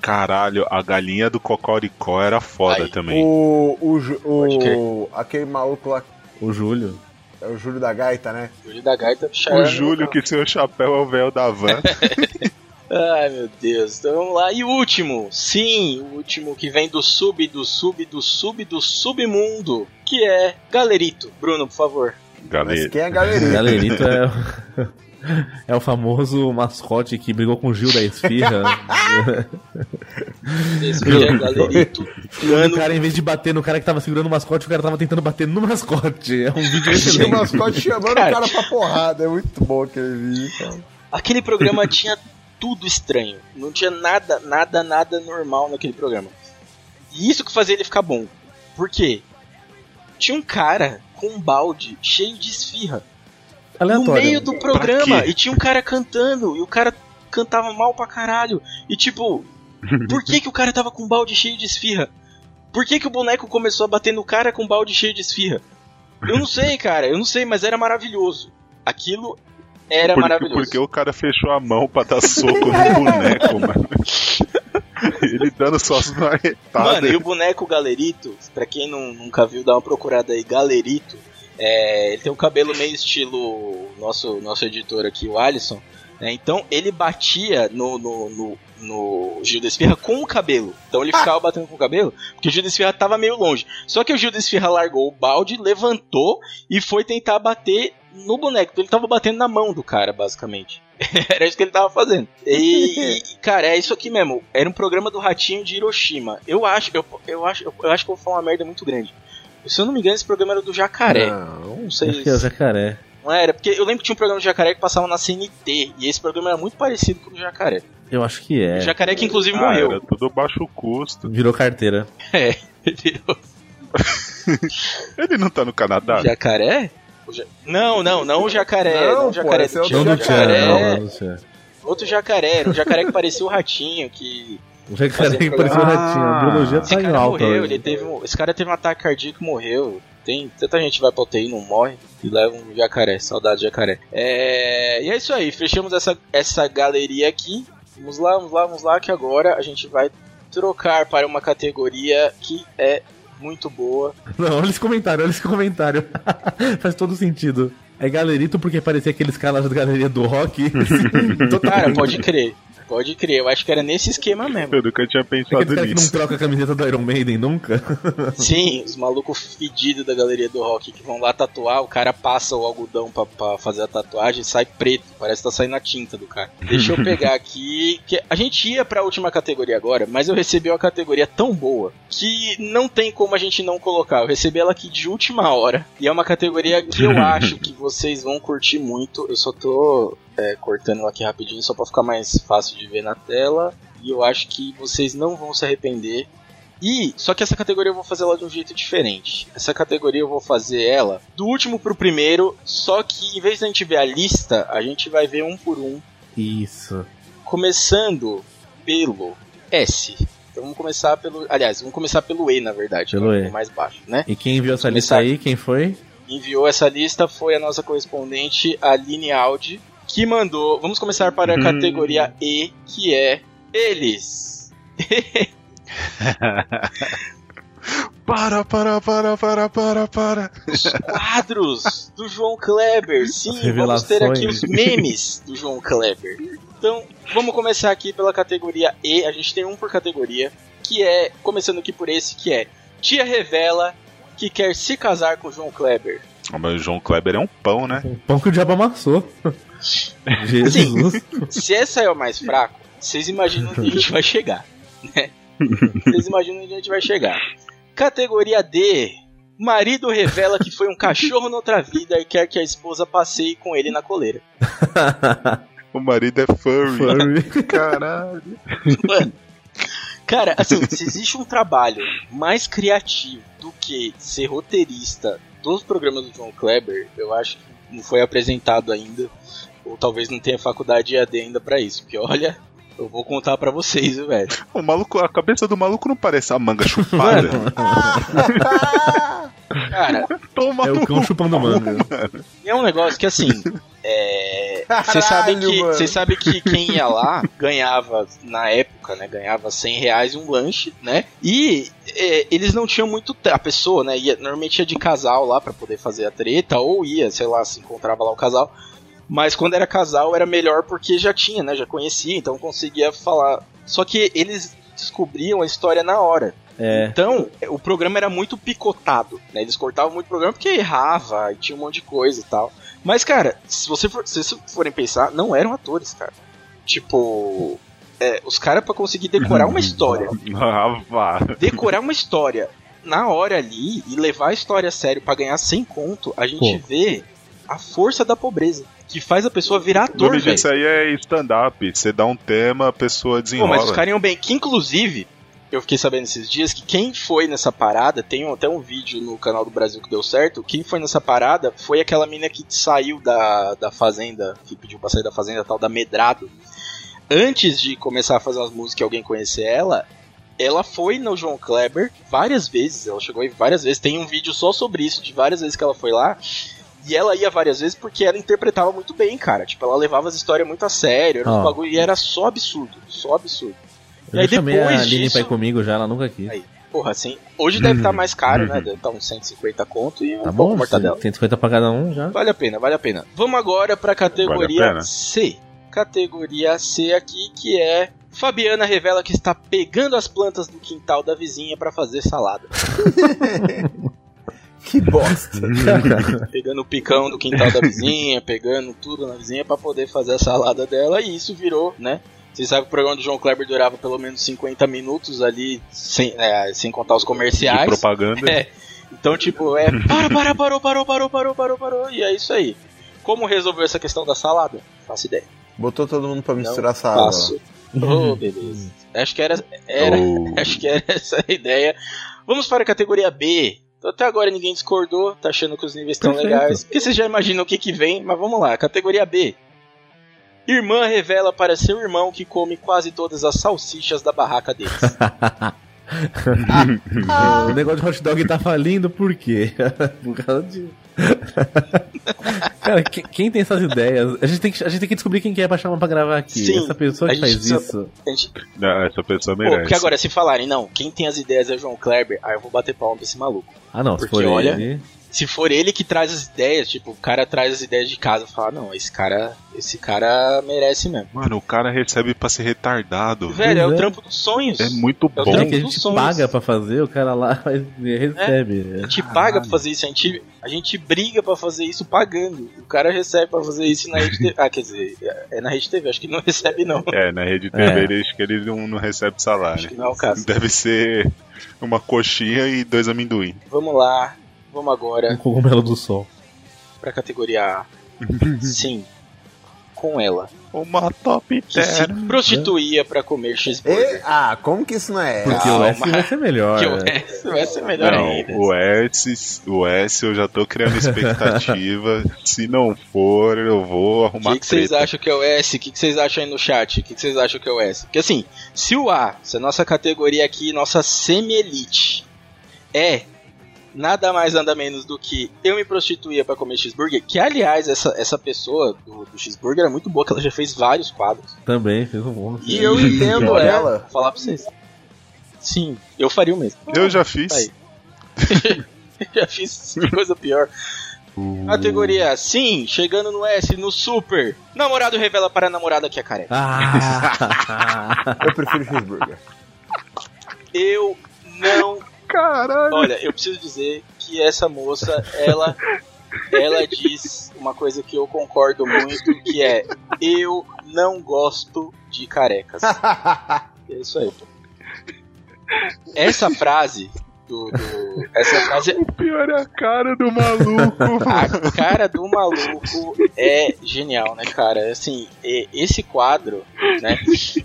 Speaker 7: caralho, a galinha do Cocoricó era foda
Speaker 3: Aí,
Speaker 7: também.
Speaker 6: O, o, Ju-
Speaker 3: Pode
Speaker 6: o, aquele maluco lá,
Speaker 4: O Júlio.
Speaker 6: é o Júlio da Gaita, né?
Speaker 3: Júlio da Gaita
Speaker 7: O
Speaker 3: Charme.
Speaker 7: Júlio que seu chapéu é o véu da van.
Speaker 3: Ai, meu Deus. Então vamos lá. E o último, sim, o último que vem do sub, do sub, do sub, do submundo, que é Galerito. Bruno, por favor.
Speaker 6: Mas
Speaker 7: Galera,
Speaker 6: quem é a galeria?
Speaker 4: Galerito é, o- é o <laughs> famoso mascote que brigou com o Gil da Esfirra.
Speaker 3: Esse que é Galerito.
Speaker 4: e o cara, em vez de bater no cara que tava segurando o mascote, o cara tava tentando bater no mascote. É um vídeo
Speaker 6: Tinha o
Speaker 4: excelente.
Speaker 6: mascote chamando
Speaker 3: Cara.
Speaker 6: o cara pra porrada. É muito bom aquele vídeo. cara.
Speaker 3: Aquele programa tinha tudo estranho. Não tinha nada, nada, nada normal naquele programa. E isso que fazia ele ficar bom. Por quê? Tinha um cara com um balde cheio de esfirra no
Speaker 4: Aleatório.
Speaker 3: meio do programa
Speaker 7: quê?
Speaker 3: e tinha um cara cantando e o cara cantava mal pra caralho. E tipo, por que que o cara tava com um balde cheio de esfirra? Por que que o boneco começou a bater no cara com um balde cheio de esfirra? Eu não sei, cara, eu não sei, mas era maravilhoso. Aquilo era
Speaker 7: porque,
Speaker 3: é maravilhoso.
Speaker 7: porque o cara fechou a mão pra dar soco no <laughs>
Speaker 3: <laughs>
Speaker 7: boneco, mano. Ele dando suas
Speaker 3: Mano, e
Speaker 7: Tá. marretadas.
Speaker 3: o boneco Galerito, pra quem não, nunca viu, dá uma procurada aí, Galerito. É, ele tem um cabelo meio estilo nosso, nosso editor aqui, o Alisson. né? Então ele batia no, no, no, no Gil da Esfirra com o cabelo. Então ele ficava batendo com o cabelo, porque o Gil da Esfirra tava meio longe. Só que o Gil da Esfirra largou o balde, levantou e foi tentar bater no boneco. Então ele tava batendo na mão do cara, basicamente. <laughs> Era isso que ele tava fazendo. E,
Speaker 4: <laughs>
Speaker 3: e, cara, é isso aqui mesmo. Era um programa do Ratinho de Hiroshima. Eu acho, eu, eu acho, eu, eu acho que eu vou falar uma merda muito grande. Se eu não me engano, esse programa era do Jacaré.
Speaker 4: Não,
Speaker 3: sei
Speaker 4: Acho que é o jacaré.
Speaker 3: Não era, porque eu lembro que tinha um programa de jacaré que passava na CNT, e esse programa era muito parecido com o do jacaré.
Speaker 4: Eu acho que é.
Speaker 3: O jacaré que inclusive
Speaker 7: Ah,
Speaker 3: morreu.
Speaker 4: <laughs>
Speaker 7: era tudo baixo custo.
Speaker 4: Virou carteira.
Speaker 3: Virou
Speaker 7: Ele não tá no Canadá?
Speaker 3: jacaré? O ja- Não, não, não o jacaré.
Speaker 6: Não,
Speaker 3: Não, o
Speaker 6: pô,
Speaker 3: jacaré
Speaker 6: esse é o
Speaker 3: Tinha
Speaker 6: do
Speaker 3: um
Speaker 6: Jacaré.
Speaker 4: Não, não do Tchan.
Speaker 3: Outro jacaré, era um jacaré que parecia o ratinho, que.
Speaker 4: O jacaré
Speaker 3: Fazia
Speaker 4: que parecia um
Speaker 5: programa.
Speaker 4: ratinho. A biologia
Speaker 3: Esse
Speaker 4: tá em
Speaker 3: cara
Speaker 4: alta.
Speaker 3: Ah, morreu,
Speaker 4: hoje.
Speaker 3: ele teve um- Esse cara teve um ataque cardíaco e morreu. Tem tanta gente que vai pra UTI e não morre. E leva um jacaré, saudade de jacaré. É, E é isso aí, fechamos essa, essa galeria aqui. Vamos lá, vamos lá, vamos lá, que agora a gente vai trocar para uma categoria que é muito boa.
Speaker 4: Não, olha esse comentário, olha esse comentário. <laughs> Faz todo sentido. É galerito porque parecia aqueles caras da galeria do rock. Sim,
Speaker 3: Cara,
Speaker 4: <laughs> totalmente.
Speaker 3: pode crer, pode crer. Eu acho que era nesse esquema mesmo.
Speaker 7: Eu nunca tinha
Speaker 4: Aqueles
Speaker 7: pensado
Speaker 4: caras que não tá-
Speaker 7: nisso.
Speaker 4: trocam a camiseta do Iron Maiden nunca.
Speaker 3: Sim, <laughs> os malucos fedidos da galeria do rock que vão lá tatuar, o cara passa o algodão pra, pra fazer a tatuagem e sai preto. Parece que tá saindo a tinta do cara. Deixa eu pegar aqui. Que a gente ia pra última categoria agora, mas eu recebi uma categoria tão boa que não tem como a gente não colocar. Eu recebi ela aqui de última hora. E é uma categoria que eu acho que vocês vão curtir muito. Eu só tô é, cortando aqui rapidinho só pra ficar mais fácil de ver na tela. E eu acho que vocês não vão se arrepender. E, só que essa categoria eu vou fazer ela de um jeito diferente. Essa categoria eu vou fazer ela do último pro primeiro, só que em vez da gente ver a lista, a gente vai ver um por um,
Speaker 4: Isso.
Speaker 3: começando pelo S. Então vamos começar pelo. Aliás, vamos começar pelo E, na verdade,
Speaker 4: Pelo
Speaker 3: que é
Speaker 4: E.
Speaker 3: o mais baixo, né?
Speaker 4: E quem enviou essa
Speaker 3: Vamos
Speaker 4: lista
Speaker 3: começar.
Speaker 4: aí? Quem foi?
Speaker 3: enviou essa lista foi a nossa correspondente Aline Aldi, que mandou. Vamos começar para a
Speaker 7: Hum.
Speaker 3: categoria E, que é eles.
Speaker 7: Para, para, para, para, para, para.
Speaker 3: Os quadros do João Kleber. Sim, vamos ter aqui os
Speaker 4: revelações.
Speaker 3: memes do João Kleber. Então, vamos começar aqui pela categoria E. A gente tem um por categoria, que é começando aqui por esse que é Tia revela que quer se casar com o João Kleber.
Speaker 7: Ah, Mas o João Kleber é um pão, né?
Speaker 4: O pão que o diabo <laughs> amassou. Jesus.
Speaker 3: Se essa é o mais fraco, vocês imaginam onde a gente vai chegar, né? Vocês imaginam onde a gente vai chegar. Categoria D. Marido revela que foi um cachorro noutra vida e quer que a esposa passeie com ele na coleira.
Speaker 7: O marido é furry.
Speaker 4: Furry.
Speaker 7: <laughs> Caralho.
Speaker 3: Cara, assim, se existe um trabalho mais criativo do que ser roteirista dos programas do John Kleber, eu acho que não foi apresentado ainda. Ou talvez não tenha faculdade EAD ainda pra isso. Porque olha, eu vou contar pra vocês, viu, velho.
Speaker 7: O maluco, a cabeça do maluco não parece a manga chupada.
Speaker 3: Cara,
Speaker 7: Toma
Speaker 4: É o
Speaker 7: no
Speaker 4: cão chupando manga.
Speaker 3: É um negócio que
Speaker 6: <laughs>
Speaker 3: assim. É. Vocês sabem
Speaker 6: Caralho,
Speaker 3: que,
Speaker 6: mano.
Speaker 3: vocês sabem que quem ia lá ganhava, na época, né? Ganhava 100 reais um lanche, né? E é, eles não tinham muito. te- A pessoa, né? Ia, normalmente ia de casal lá pra poder fazer a treta, ou ia, sei lá, se encontrava lá o casal. Mas quando era casal era melhor porque já tinha, né? Já conhecia, então conseguia falar. Só que eles descobriam a história na hora.
Speaker 4: É.
Speaker 3: Então, o programa era muito picotado, né? Eles cortavam muito o programa porque errava e tinha um monte de coisa e tal. Mas, cara, se você for- se vocês forem pensar, não eram atores, cara. Tipo, é, os caras pra conseguir decorar uma história,
Speaker 7: Ah, vá.
Speaker 3: decorar uma história na hora ali e levar a história a sério pra ganhar sem conto, a gente vê a força da pobreza que faz a pessoa virar ator,
Speaker 7: Dona Gil,
Speaker 3: velho.
Speaker 7: Isso aí é stand-up. Você dá um tema, a pessoa
Speaker 3: Pô,
Speaker 7: desenrola.
Speaker 3: mas os caras iam bem. Que inclusive, eu fiquei sabendo esses dias que quem foi nessa parada, tem até um vídeo no canal do Brasil que deu certo. Quem foi nessa parada foi aquela mina que saiu da, da fazenda, que pediu pra sair da fazenda tal, da Medrado. Antes de começar a fazer as músicas e alguém conhecer ela, ela foi no João Kleber várias vezes. Ela chegou aí várias vezes. Tem um vídeo só sobre isso, de várias vezes que ela foi lá. E ela ia várias vezes porque ela interpretava muito bem, cara. Tipo, ela levava as histórias muito a sério, era uns
Speaker 4: Ó.
Speaker 3: bagulho, <laughs> e era só absurdo, só absurdo. E
Speaker 4: Eu
Speaker 3: aí
Speaker 4: já chamei a
Speaker 3: depois
Speaker 4: Aline
Speaker 3: disso-
Speaker 4: pra ir comigo já, ela nunca quis.
Speaker 3: Aí. Porra, assim, hoje deve estar mais caro, né? Deve estar uns 150 conto e um
Speaker 4: Uhum. Tá
Speaker 3: pouco
Speaker 4: bom?
Speaker 3: mortadela.
Speaker 4: 150 pra cada
Speaker 3: <laughs>
Speaker 4: um já. <laughs>
Speaker 3: Vale a pena, vale a pena. Vamos agora pra categoria
Speaker 7: Vale a pena?
Speaker 3: C. Categoria C aqui que é Fabiana revela que está pegando as plantas do quintal da vizinha pra fazer salada.
Speaker 6: <laughs> Que bosta.
Speaker 3: <laughs> Pegando o picão do quintal da vizinha, pegando tudo na vizinha pra poder fazer a salada dela e isso virou, né? Vocês sabem que o programa do João Kleber durava pelo menos 50 minutos ali, sem, é, sem contar os
Speaker 7: De
Speaker 3: comerciais.
Speaker 7: propaganda.
Speaker 3: É. Então, tipo, é. Para, para, parou, parou, parou, parou, parou, parou. E é isso aí. Como resolveu essa questão da salada? Faço ideia.
Speaker 6: Botou todo mundo pra misturar essa água.
Speaker 3: Faço. Oh, beleza. Acho que era, era,
Speaker 7: Ou-
Speaker 3: <laughs> acho que era essa a ideia. Vamos para a categoria B. Então, até agora ninguém discordou, tá achando que os níveis estão
Speaker 4: Perfeito.
Speaker 3: legais. Porque vocês já imaginam o que, que vem, mas vamos lá. Categoria B. Irmã revela para seu irmão que come quase todas as salsichas da barraca deles.
Speaker 4: O negócio de hot dog tá falindo por quê? <laughs> Por causa de. <laughs> Cara, que- quem tem essas ideias? A gente tem que, a gente tem que descobrir quem que é pra chamar pra gravar aqui.
Speaker 3: Sim,
Speaker 4: Essa pessoa
Speaker 3: a
Speaker 4: que
Speaker 3: gente
Speaker 4: faz
Speaker 3: precisa-
Speaker 4: isso.
Speaker 3: A gente-
Speaker 7: Não, né, essa pessoa
Speaker 3: Pô, porque
Speaker 7: merece.
Speaker 3: agora, se falarem, não, quem tem as ideias é o João Kleber, aí eu vou bater palma pra esse maluco.
Speaker 4: Ah, não, se
Speaker 3: Porque
Speaker 4: for
Speaker 3: olha-
Speaker 4: ele.
Speaker 3: Se for ele que traz as ideias, tipo, o cara traz as ideias de casa, fala, "Ah, não, esse cara, esse cara merece mesmo.
Speaker 7: Mano, o cara recebe pra ser retardado. velho.
Speaker 3: Velho, é o
Speaker 4: é.
Speaker 3: trampo dos sonhos.
Speaker 7: É muito
Speaker 3: Eu
Speaker 7: bom.
Speaker 4: Já
Speaker 3: tenho
Speaker 4: que a
Speaker 3: dos
Speaker 4: gente
Speaker 3: sonhos.
Speaker 4: paga pra fazer, o cara lá <laughs> faz-
Speaker 3: A
Speaker 4: recebe.
Speaker 3: gente paga pra fazer isso, a gente, a gente briga pra fazer isso pagando. O cara recebe pra fazer isso na rede TV. Ah, quer dizer, é na rede TV, acho que não <laughs> recebe, não.
Speaker 7: É, na rede TV
Speaker 4: É.
Speaker 7: ele- acho que ele não, não recebe
Speaker 3: Acho que
Speaker 7: salário.
Speaker 3: não é o caso.
Speaker 7: Deve ser uma coxinha e dois amendoim.
Speaker 3: Vamos lá, vamos agora
Speaker 4: Um cogumelo do sol.
Speaker 3: pra
Speaker 7: <laughs>
Speaker 3: categoria A. Sim, com ela.
Speaker 7: Uma top
Speaker 3: Que se prostituía pra
Speaker 7: É.
Speaker 3: comer cheeseburger.
Speaker 6: E- ah, como que isso não é?
Speaker 4: Porque
Speaker 6: Ah,
Speaker 4: o S vai ser melhor. é,
Speaker 3: Que o S <laughs> vai ser melhor ainda.
Speaker 7: Não, o S, o S eu já tô
Speaker 3: <laughs>
Speaker 7: criando expectativa. Se não for, eu vou
Speaker 3: O
Speaker 7: arrumar
Speaker 3: que, que vocês
Speaker 7: treta.
Speaker 3: acham que é o S? O que, que vocês acham aí no chat? O que, que vocês acham que é o S? Porque assim, se o A, se a nossa categoria aqui, nossa semi-elite, é nada mais nada menos do que eu me prostituía pra comer cheeseburger, que aliás, essa, essa pessoa do, do cheeseburger é muito boa, que ela já fez vários quadros.
Speaker 4: Também, fez um bom.
Speaker 3: E eu entendo né?
Speaker 6: olha
Speaker 3: ela.
Speaker 6: ela.
Speaker 3: Vou falar pra vocês. Sim, eu faria o mesmo. <laughs>
Speaker 7: Eu já
Speaker 3: Tá aí.
Speaker 7: fiz.
Speaker 3: já fiz coisa pior. Categoria sim, chegando no S, no super. Namorado revela para a namorada que é careca.
Speaker 4: Ah! <laughs>
Speaker 6: Eu prefiro cheeseburger.
Speaker 3: Eu não.
Speaker 7: Caralho.
Speaker 3: Olha, eu preciso dizer que essa moça, ela. Ela diz uma coisa que eu concordo muito, que é eu não gosto de carecas. É isso aí. pô. Essa frase do- do essa frase
Speaker 7: O pior é a cara do
Speaker 3: <laughs>
Speaker 7: maluco.
Speaker 3: A cara do maluco é genial, né, cara? Assim, e- esse quadro, né?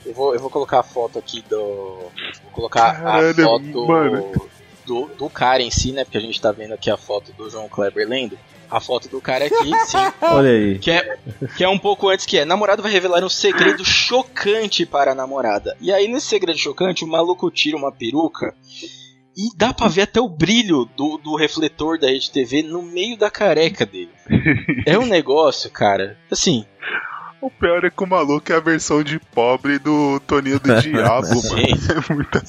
Speaker 3: Eu vou, eu vou colocar a foto aqui do. Vou colocar
Speaker 7: Caralho, é
Speaker 3: a foto
Speaker 7: mano.
Speaker 3: do, do cara em si, né? Porque a gente tá vendo aqui a foto do João Kleber lendo. A foto do cara aqui, sim.
Speaker 4: Olha aí.
Speaker 3: Que é, que é um pouco antes que é. Namorado vai revelar um segredo chocante para a namorada. E aí, nesse segredo chocante, o maluco tira uma peruca. E dá pra ver até o brilho do, do refletor da rede TV no meio da careca dele. É um negócio, cara. Assim,
Speaker 7: o pior é que o maluco é a versão de pobre do Toninho do Diabo, mano.
Speaker 3: gente,
Speaker 7: É muita
Speaker 3: é,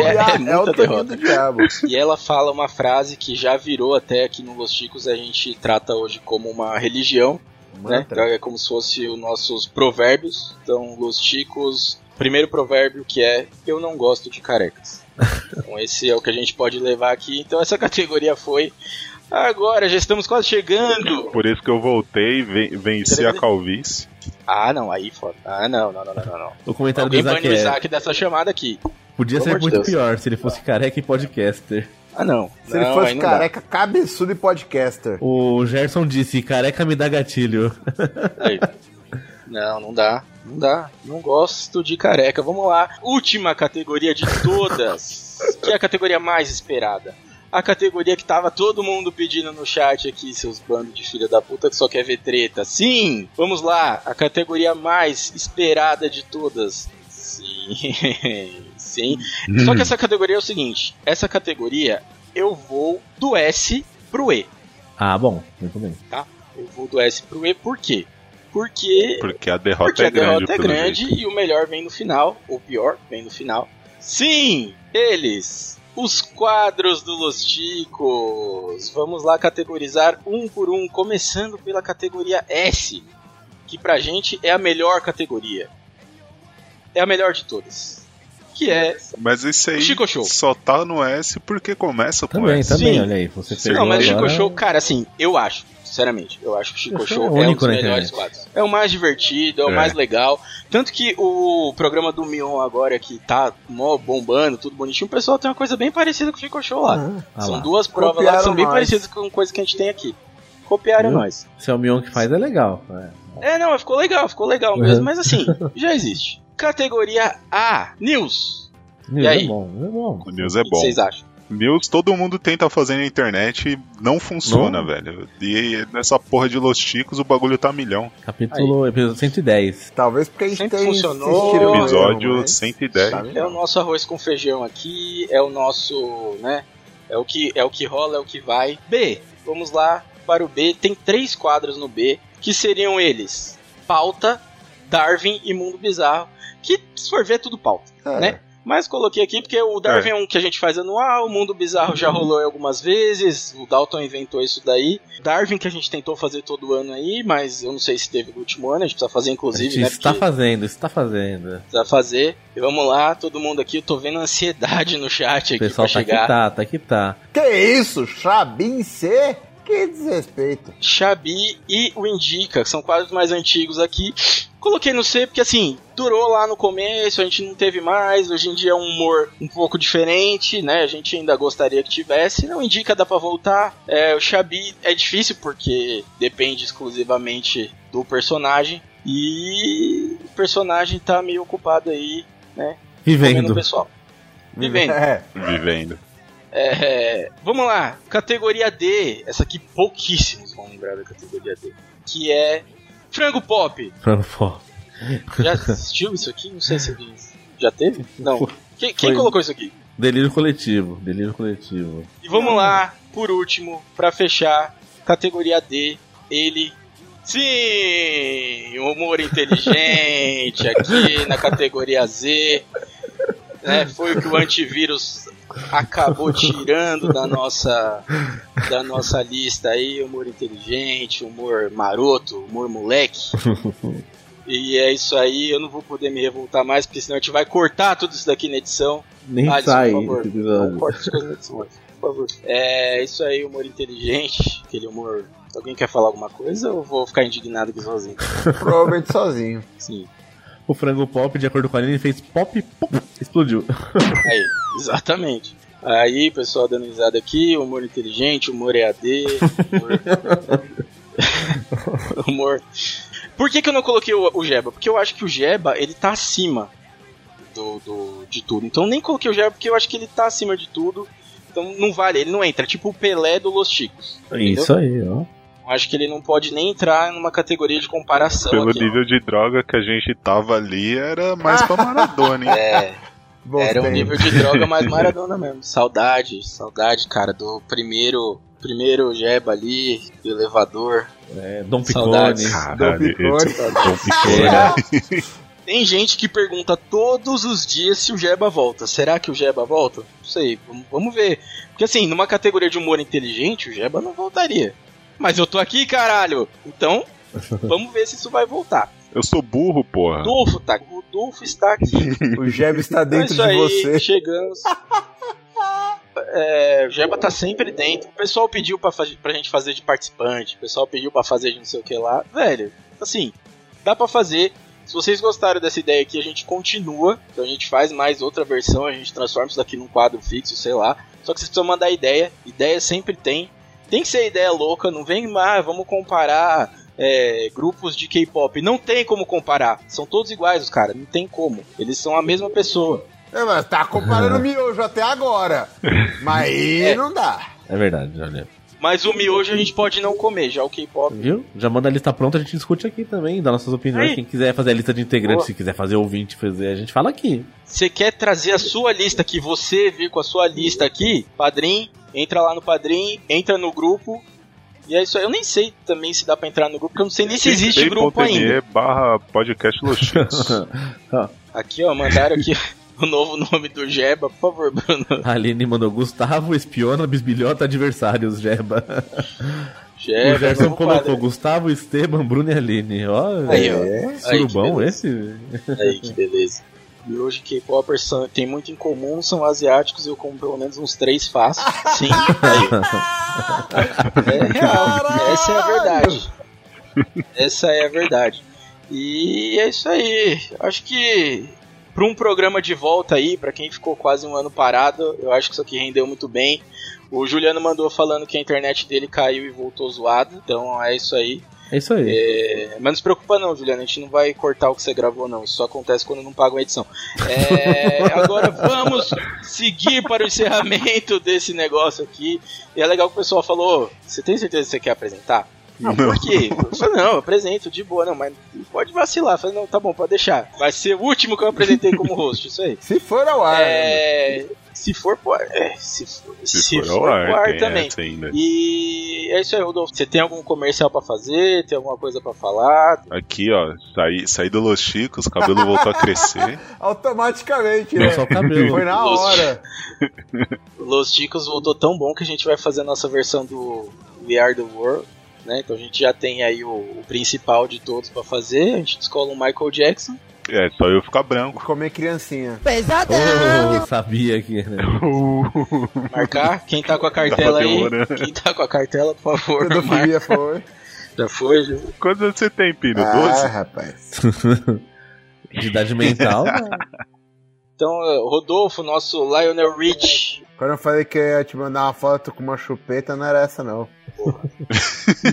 Speaker 3: é
Speaker 6: é, o
Speaker 3: muita
Speaker 6: Toninho
Speaker 3: derrota. É.
Speaker 6: do Diabo.
Speaker 3: E ela fala uma frase que já virou até aqui no Los Chicos, a gente trata hoje como uma religião. né? Então,
Speaker 6: Mantra.
Speaker 3: é como se fosse os nossos provérbios. Então, Los Chicos, primeiro provérbio que é Eu não gosto de
Speaker 6: <laughs>
Speaker 3: carecas. então, esse é o que a gente pode levar aqui. Então, essa categoria foi. Agora, já estamos quase chegando.
Speaker 7: Por isso que eu voltei, ven- venci a calvície.
Speaker 3: Ah, não, aí foda. Ah, não, não, não, não, não. não.
Speaker 6: Tá
Speaker 4: O comentário do
Speaker 3: Alguém bane
Speaker 4: Isaac
Speaker 3: o
Speaker 4: é.
Speaker 3: Isaac dessa chamada aqui.
Speaker 4: Podia
Speaker 3: Pelo
Speaker 4: ser
Speaker 3: amor de
Speaker 4: muito
Speaker 3: Deus.
Speaker 4: pior se ele fosse careca e podcaster.
Speaker 3: Ah, não.
Speaker 6: Se ele
Speaker 3: Não, aí
Speaker 6: fosse
Speaker 3: não dá.
Speaker 6: careca, cabeçudo e podcaster.
Speaker 4: O Gerson disse: careca me dá gatilho. <laughs>
Speaker 3: Aí. Não, não dá. Não dá. Não gosto de careca. Vamos lá. Última categoria de todas. que é a categoria mais esperada. A categoria que tava todo mundo pedindo no chat aqui, seus bandos de filha da puta que só quer ver treta. Sim! Vamos lá! A categoria mais esperada de todas. Sim. <laughs> Sim. Só que essa categoria é o seguinte: essa categoria eu vou do S pro E.
Speaker 4: Ah, bom, muito bem.
Speaker 3: Eu vou do S pro E por quê? Porque
Speaker 7: Porque a derrota
Speaker 3: porque
Speaker 7: é
Speaker 3: a derrota
Speaker 7: grande,
Speaker 3: é
Speaker 7: pelo
Speaker 3: grande
Speaker 7: jeito.
Speaker 3: e o melhor vem no final, o pior vem no final. Sim, eles os quadros do Los Ticos. Vamos lá categorizar um por um, começando pela categoria S, que pra gente é a melhor categoria. É a melhor de todas. Que é.
Speaker 7: Mas isso aí
Speaker 3: Chico Show.
Speaker 7: só tá no S porque começa com
Speaker 4: Também,
Speaker 7: S.
Speaker 4: também,
Speaker 3: Sim.
Speaker 4: olha aí. Você
Speaker 7: Sim.
Speaker 4: pegou
Speaker 3: Não, mas o Chico
Speaker 4: agora-
Speaker 3: Show, cara, assim, eu acho, sinceramente, eu acho que o Chico
Speaker 4: Chico
Speaker 3: Show
Speaker 4: Show é
Speaker 3: é, um
Speaker 4: único
Speaker 3: dos
Speaker 4: na
Speaker 3: melhores
Speaker 4: internet.
Speaker 3: quadros. É o mais divertido, é o
Speaker 7: É.
Speaker 3: mais legal. Tanto que o programa do Mion agora, que tá mó bombando, tudo bonitinho, o pessoal tem uma coisa bem parecida com o Chico Show lá.
Speaker 4: Ah
Speaker 3: são
Speaker 4: lá.
Speaker 3: duas provas lá que
Speaker 6: Copiaram
Speaker 3: são bem
Speaker 6: nós.
Speaker 3: parecidas com coisa que a gente tem aqui. Copiaram
Speaker 4: Viu?
Speaker 3: nós.
Speaker 4: Se é o Mion que faz, é legal. É.
Speaker 3: É, não, ficou legal, ficou legal
Speaker 4: Uhum.
Speaker 3: mesmo, mas
Speaker 4: <laughs>
Speaker 3: assim, já existe. Categoria A, News.
Speaker 4: News
Speaker 3: E aí?
Speaker 4: é bom, é bom.
Speaker 7: O News é
Speaker 3: O que
Speaker 7: bom.
Speaker 3: vocês acham?
Speaker 7: News todo mundo tenta fazer na internet e não funciona,
Speaker 4: Não.
Speaker 7: velho. E nessa porra de Los Chicos o bagulho tá milhão.
Speaker 4: Capítulo, episódio 110.
Speaker 6: Talvez porque a gente
Speaker 3: Sempre
Speaker 6: tenha
Speaker 3: funcionou.
Speaker 6: insistido mesmo,
Speaker 7: Episódio
Speaker 6: mas-
Speaker 7: 110.
Speaker 6: Sabe
Speaker 3: É
Speaker 6: não.
Speaker 3: o nosso arroz com feijão aqui, é o nosso, né? É o que é o que rola, é o que vai. B, vamos lá para o B. Tem três quadros no B, que seriam eles: pauta, Darwin e Mundo Bizarro. Que se for ver é tudo pauta.
Speaker 6: É.
Speaker 3: né? Mas coloquei aqui porque o Darwin é. um que a gente faz anual, o Mundo Bizarro já rolou aí algumas vezes, o Dalton inventou isso daí. Darwin que a gente tentou fazer todo ano aí, mas eu não sei se teve no último ano, a gente precisa fazer
Speaker 4: A
Speaker 3: inclusive,
Speaker 4: gente
Speaker 3: né?
Speaker 4: está
Speaker 3: porque
Speaker 4: fazendo, está fazendo.
Speaker 3: Precisa fazer. E vamos lá, todo mundo aqui, eu tô vendo ansiedade no chat
Speaker 4: O
Speaker 3: aqui
Speaker 4: pessoal
Speaker 3: pra
Speaker 4: tá que
Speaker 3: chegar.
Speaker 4: tá, tá que tá.
Speaker 6: Que isso, Xabim C? Que desrespeito.
Speaker 3: Xabi e o Indica, que são quadros mais antigos aqui. Coloquei no C porque assim, durou lá no começo, a gente não teve mais, hoje em dia é um humor um pouco diferente, né? A gente ainda gostaria que tivesse. Não indica, dá pra voltar. É, o Xabi é difícil porque depende exclusivamente do personagem. E o personagem tá meio ocupado aí, comendo o
Speaker 4: Vivendo.
Speaker 3: pessoal. Vivendo.
Speaker 6: É.
Speaker 7: Vivendo.
Speaker 3: É, vamos lá, categoria D. Essa aqui pouquíssimos vão lembrar da categoria D. Que é Frango Pop.
Speaker 4: Pra não for-
Speaker 3: Já assistiu isso aqui? Não sei se alguém já teve. Não. Quem, quem
Speaker 4: Foi.
Speaker 3: colocou isso aqui?
Speaker 4: Delírio coletivo, delírio coletivo.
Speaker 3: E vamos lá, por último, pra fechar, categoria D. Ele. Sim! um Humor inteligente aqui na categoria Z. né, foi o que o antivírus acabou tirando da nossa da nossa lista aí, humor inteligente, humor maroto, humor moleque. E é isso aí, eu não vou poder me revoltar mais, porque senão a gente vai cortar tudo isso daqui na edição.
Speaker 4: Nem
Speaker 3: Alisson,
Speaker 4: sai
Speaker 3: por favor,
Speaker 4: esse
Speaker 3: Não
Speaker 4: episódio.
Speaker 3: corta as coisas na edição, Alisson, por favor. É isso aí, humor inteligente, aquele humor. Alguém quer falar alguma coisa ou eu vou ficar indignado aqui sozinho?
Speaker 6: Provavelmente sozinho.
Speaker 3: Sim.
Speaker 4: O frango pop, de acordo com a Aline, fez pop, pop explodiu.
Speaker 3: Aí, <laughs> exatamente. Aí, pessoal dando risada aqui, humor inteligente, humor EAD, humor. humor. Por que, que eu não coloquei o, o Jeba? Porque eu acho que o Jeba, ele tá acima do, do- de tudo. Então nem coloquei o Jeba porque eu acho que ele tá acima de tudo. Então não vale, ele não entra. É tipo o Pelé do Los Chicos. entendeu?
Speaker 4: Isso aí, ó.
Speaker 3: Eu acho que ele não pode nem entrar numa categoria de comparação.
Speaker 7: Pelo
Speaker 3: aqui.
Speaker 7: nível de droga que a gente tava ali, era mais pra Maradona, hein?
Speaker 3: <laughs> É,
Speaker 6: Bom
Speaker 3: Era um
Speaker 6: tempo.
Speaker 3: nível de droga mais
Speaker 7: <laughs>
Speaker 3: Maradona mesmo. Saudade, saudade, cara, do primeiro primeiro Jeba ali, do elevador.
Speaker 4: É, Dom
Speaker 3: Saudades.
Speaker 4: Picone.
Speaker 6: Dom
Speaker 7: Caralho,
Speaker 6: Picone.
Speaker 7: esse Dom Picone.
Speaker 3: <laughs> Tem gente que pergunta todos os dias se o Jeba volta. Será que o Jeba volta? Não sei, vamos, vamos ver. Porque assim, numa categoria de humor inteligente, o Jeba não voltaria. Mas eu tô aqui, caralho!
Speaker 7: <laughs>
Speaker 3: Então, vamos ver se isso vai voltar.
Speaker 7: Eu sou burro, porra.
Speaker 3: Rudolfo tá, Rudolfo está aqui.
Speaker 6: O Jeb está
Speaker 3: Então é
Speaker 6: dentro
Speaker 3: isso
Speaker 6: de
Speaker 3: aí,
Speaker 6: você. <laughs>
Speaker 3: Chegamos. É, o Jeba tá sempre dentro. O pessoal pediu pra, faz- pra gente fazer de participante. O pessoal pediu pra fazer de não sei o que lá. Velho, assim, dá pra fazer. Se vocês gostaram dessa ideia aqui, a gente continua. Então a gente faz mais outra versão. A gente transforma isso daqui num quadro fixo, sei lá. Só que vocês precisam mandar ideia. Ideia sempre tem. Tem que ser ideia louca. Não vem, ah, vamos comparar é, grupos de K-pop. Não tem como comparar. São todos iguais, os caras. Não tem como. Eles são a mesma pessoa.
Speaker 6: É, mas tá comparando miojo até agora. Mas aí
Speaker 3: É.
Speaker 6: não dá.
Speaker 4: É verdade, olha.
Speaker 3: Mas o miojo a gente pode não comer, já o K-pop.
Speaker 4: Viu? Já manda a lista pronta, a gente discute aqui também, dá nossas opiniões.
Speaker 3: Aí.
Speaker 4: Quem quiser fazer a lista de integrantes,
Speaker 3: Boa.
Speaker 4: se quiser fazer ouvinte, fazer, a gente fala <laughs> aqui.
Speaker 3: Você quer trazer a sua lista, que você vir com a sua lista aqui, Padrim, entra lá no Padrim, entra no grupo. E é isso aí. Eu nem sei também se dá pra entrar no grupo, porque eu não sei nem se existe grupo
Speaker 7: PicPay.me
Speaker 3: ainda.
Speaker 4: <laughs>
Speaker 7: barra podcast Los Chicos.
Speaker 3: Aqui, <laughs> ó, mandaram aqui. o novo nome do Jeba, por favor, Bruno.
Speaker 4: A Aline mandou Gustavo espiona bisbilhota adversários, Jeba.
Speaker 3: Jeba,
Speaker 4: o Gerson
Speaker 3: novo
Speaker 4: colocou
Speaker 3: quadro.
Speaker 4: Gustavo, Esteban, Bruno e Aline. Ó,
Speaker 3: Aí, ó.
Speaker 4: é,
Speaker 3: Aí, que
Speaker 4: surubão
Speaker 3: beleza.
Speaker 4: esse?
Speaker 3: Aí, que beleza. E hoje K-popers são- tem muito em comum, são asiáticos, eu como pelo menos uns três faço. <laughs> Sim, aí. <laughs> É real, essa é a verdade. Essa é a verdade. E é isso aí. Acho que para um programa de volta aí, para quem ficou quase um ano parado, eu acho que isso aqui rendeu muito bem. O Juliano mandou falando que a internet dele caiu e voltou zoado. Então é isso aí.
Speaker 4: É isso aí.
Speaker 3: É, mas não se preocupa não, Juliana, a gente não vai cortar o que você gravou não, isso só acontece quando não paga a edição. <laughs> É, agora vamos seguir para o encerramento desse negócio aqui. E é legal que o pessoal falou, você tem certeza que você quer apresentar? Não,
Speaker 7: Não.
Speaker 3: por quê? Eu falei, não, eu apresento, de boa, não, mas pode vacilar. Eu falei, não, tá bom, pode deixar. Vai ser o último que eu apresentei como host, isso <laughs> aí.
Speaker 6: Se for ao ar. né?
Speaker 3: É, se for pro ar, é, se for,
Speaker 7: Se,
Speaker 3: se
Speaker 7: for ao
Speaker 3: for pro
Speaker 7: ar,
Speaker 3: ar
Speaker 7: tem
Speaker 3: também.
Speaker 7: essa ainda.
Speaker 3: E é isso aí, Rodolfo. Você tem algum comercial pra fazer? Tem alguma coisa pra falar?
Speaker 7: Aqui, ó, saí, saí do Los Chicos, o cabelo voltou a crescer. <laughs>
Speaker 6: Automaticamente,
Speaker 4: Não
Speaker 6: né?
Speaker 4: só o cabelo.
Speaker 6: Foi na hora.
Speaker 3: Los Chicos voltou tão bom que a gente vai fazer a nossa versão do We Are the World. Né? Então a gente já tem aí o, o principal de todos pra fazer. A gente descola o Michael Jackson.
Speaker 7: É, só eu ficar branco. <laughs>
Speaker 6: Comer criancinha.
Speaker 2: Pesadão!
Speaker 4: Oh, sabia que. né?
Speaker 3: Marcar. Quem tá com a cartela aí?
Speaker 7: demorando.
Speaker 3: Quem tá com a cartela, por
Speaker 6: <laughs>
Speaker 3: favor, marca. <laughs>
Speaker 6: Pedofilia foi.
Speaker 3: Já foi, já.
Speaker 7: Quantos anos você tem, Pino?
Speaker 6: Ah,
Speaker 7: 12?
Speaker 6: rapaz.
Speaker 4: De
Speaker 3: <laughs>
Speaker 4: idade mental, né?
Speaker 3: Então, Rodolfo, nosso Lionel Rich.
Speaker 6: Quando eu falei que ia te mandar uma foto com uma chupeta, não era essa, não.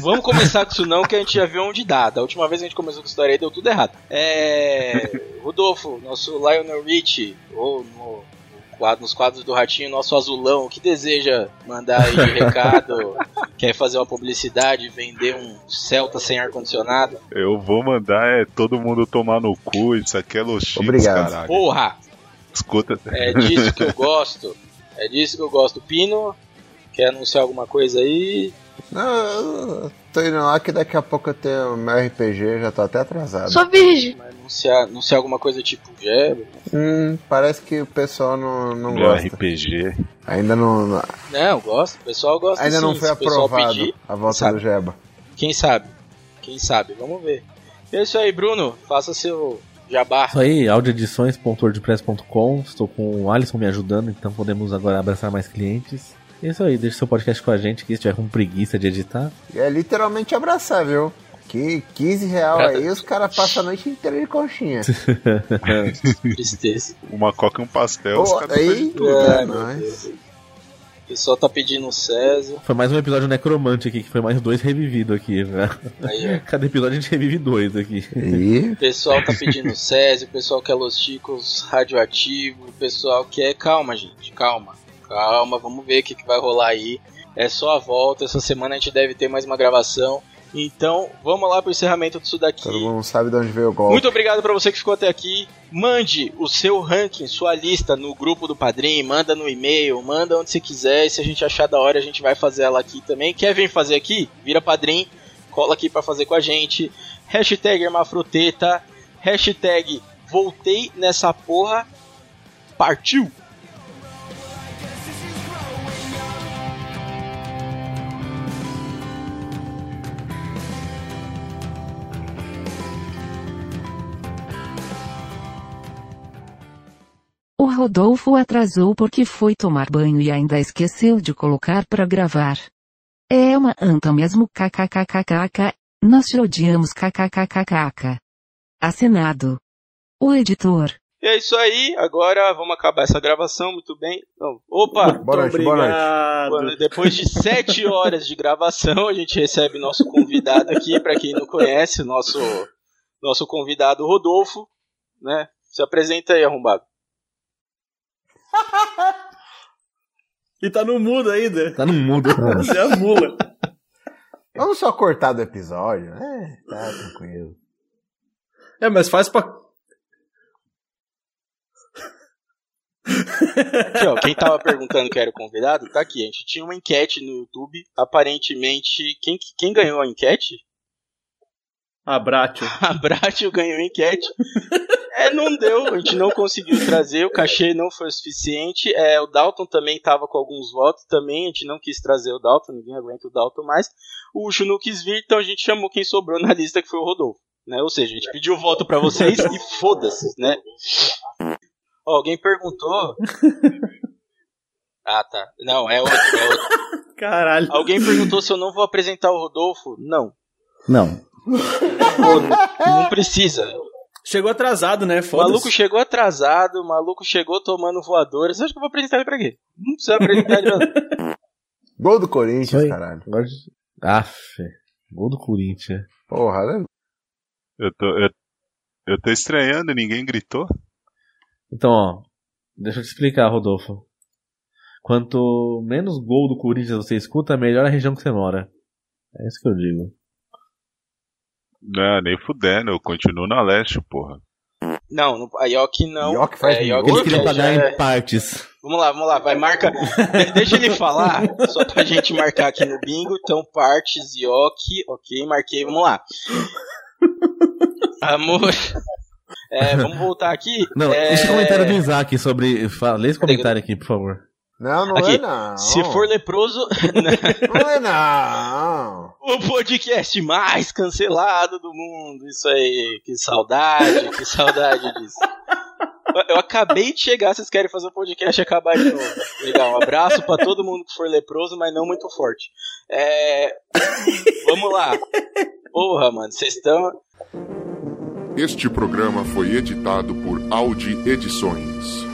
Speaker 3: Vamos começar com isso não, que a gente já viu onde dá. Da última vez que a gente começou com isso daí, deu tudo errado. É... Rodolfo, nosso Lionel Rich, ou no- no quadro- nos quadros do Ratinho, nosso azulão, que deseja mandar aí de recado, quer fazer uma publicidade, vender um Celta sem ar-condicionado.
Speaker 7: Eu vou mandar é, todo mundo tomar no cu, isso aqui é Los Chicos,
Speaker 6: Obrigado.
Speaker 7: caralho.
Speaker 3: Porra,
Speaker 7: Escuta,
Speaker 3: é disso que eu gosto. É disso que eu gosto. Pino, quer anunciar alguma coisa aí?
Speaker 6: Não, eu tô indo lá que daqui a pouco eu tenho meu RPG, já tô até atrasado.
Speaker 2: Sou virgem!
Speaker 3: Vai Anunciar, anunciar alguma coisa tipo Jeb?
Speaker 6: Hum, parece que o pessoal não, não
Speaker 7: meu
Speaker 6: gosta.
Speaker 7: RPG.
Speaker 6: Ainda não, não-
Speaker 3: Não, gosto. O pessoal gosta
Speaker 6: ainda
Speaker 3: sim,
Speaker 6: não foi
Speaker 3: se o pessoal
Speaker 6: aprovado
Speaker 3: pedir.
Speaker 6: a volta
Speaker 3: sabe?
Speaker 6: do Jeba.
Speaker 3: Quem sabe? Quem sabe? Vamos ver. É isso aí, Bruno. Faça seu
Speaker 4: <laughs>
Speaker 3: jabá.
Speaker 4: Isso aí, audioedições.wordpress.com. Estou com o Alisson me ajudando, então podemos agora abraçar mais clientes. É Isso aí, deixa seu podcast com a gente, que se tiver com preguiça de editar.
Speaker 6: E é literalmente abraçar, viu? Que 15 real aí, os caras passam a noite inteira de conchinha.
Speaker 3: Tristeza.
Speaker 7: Uma coca e um pastel, os
Speaker 6: Pô,
Speaker 7: caras
Speaker 6: aí,
Speaker 3: É,
Speaker 6: é,
Speaker 3: meu
Speaker 6: nóis.
Speaker 3: Deus. O pessoal tá pedindo o César.
Speaker 4: Foi mais um episódio necromante aqui, que foi mais dois revividos aqui, né? <laughs>
Speaker 3: Aí, ó.
Speaker 4: Cada episódio a gente revive dois aqui. <laughs>
Speaker 6: E
Speaker 3: O pessoal tá pedindo o César, o pessoal quer Los Chicos radioativo, o pessoal quer. Calma, gente, calma. Calma, vamos ver o que, que vai rolar aí. É só a volta, essa semana a gente deve ter mais uma gravação. Então, vamos lá pro encerramento disso daqui.
Speaker 6: todo mundo sabe de onde veio o golpe.
Speaker 3: Muito obrigado pra você que ficou até aqui. Mande o seu ranking, sua lista no grupo do Padrim, manda no e-mail, manda onde você quiser. E se a gente achar da hora, a gente vai fazer ela aqui também. Quer vir fazer aqui? Vira Padrim, cola aqui pra fazer com a gente. Hashtag Hermafroteta, hashtag Voltei Nessa Porra, partiu!
Speaker 8: O Rodolfo atrasou porque foi tomar banho e ainda esqueceu de colocar pra gravar. É uma anta mesmo kkkkk. Nós te odiamos kkkkk. Assinado. O editor.
Speaker 3: E é isso aí, agora vamos acabar essa gravação, muito bem. Então, opa!
Speaker 6: Boa noite, boa noite.
Speaker 3: Quando- Depois de sete horas de gravação, a gente recebe nosso convidado aqui, pra quem não conhece, o nosso, nosso convidado Rodolfo, né? Se apresenta aí, arrombado.
Speaker 5: E tá no mudo ainda.
Speaker 4: Tá
Speaker 3: <laughs>
Speaker 4: no mundo.
Speaker 5: Você é a mula.
Speaker 6: Vamos só cortar do episódio, né? Tá tranquilo.
Speaker 5: É, mas faz pra.
Speaker 3: Aqui, ó, quem tava perguntando que era o convidado, tá aqui. A gente tinha uma enquete no YouTube. Aparentemente, quem, quem ganhou a enquete?
Speaker 5: Abraço.
Speaker 3: <laughs> A Bratio ganhou a enquete. É, não deu, a gente não conseguiu trazer, o cachê não foi o suficiente. É, o Dalton também estava com alguns votos também, a gente não quis trazer o Dalton, ninguém aguenta o Dalton mais. O Ucho não quis vir, então a gente chamou quem sobrou na lista, que foi o Rodolfo. Né? Ou seja, a gente pediu voto para vocês e foda-se, né? Ó, alguém perguntou. Ah, tá. Não, é outro, é outro.
Speaker 5: Caralho.
Speaker 3: Alguém perguntou se eu não vou apresentar o Rodolfo? Não.
Speaker 4: Não.
Speaker 3: Não precisa.
Speaker 5: Chegou atrasado, né?
Speaker 3: O maluco chegou atrasado, o maluco chegou tomando voadores. Acho que eu vou apresentar ele pra quê? Não precisa apresentar ele. Não.
Speaker 6: Gol do Corinthians, caralho.
Speaker 4: Aff, gol do Corinthians.
Speaker 6: Porra, né?
Speaker 7: Eu tô, eu, eu tô estranhando, ninguém gritou.
Speaker 4: Então, ó, deixa eu te explicar, Rodolfo. Quanto menos gol do Corinthians você escuta, melhor a região que você mora. É isso que eu digo.
Speaker 7: Não, nem fudendo, eu continuo na leste, porra.
Speaker 3: Não, no, a Yoki não.
Speaker 6: Yoki faz
Speaker 3: é,
Speaker 6: Yoki
Speaker 4: Eles queriam pagar em partes.
Speaker 3: Vamos lá, vamos lá, vai, marca. De- deixa ele falar, só pra gente marcar aqui no bingo. Então, partes, Yoki, ok, marquei, vamos lá. Amor. É, vamos voltar aqui.
Speaker 4: Não,
Speaker 3: é...
Speaker 4: esse comentário do Isaac sobre. Fala, lê esse comentário aqui, por favor.
Speaker 6: Não, não
Speaker 3: Aqui,
Speaker 6: é não.
Speaker 3: Se for leproso,
Speaker 6: Não é não.
Speaker 3: o podcast mais cancelado do mundo. Isso aí, que saudade, que saudade disso. Eu- Eu acabei de chegar, vocês querem fazer o podcast e acabar de novo. Legal, um abraço pra todo mundo que for leproso, mas não muito forte. É... Vamos lá. Porra, mano, vocês estão.
Speaker 1: Este programa foi editado por Audi Edições.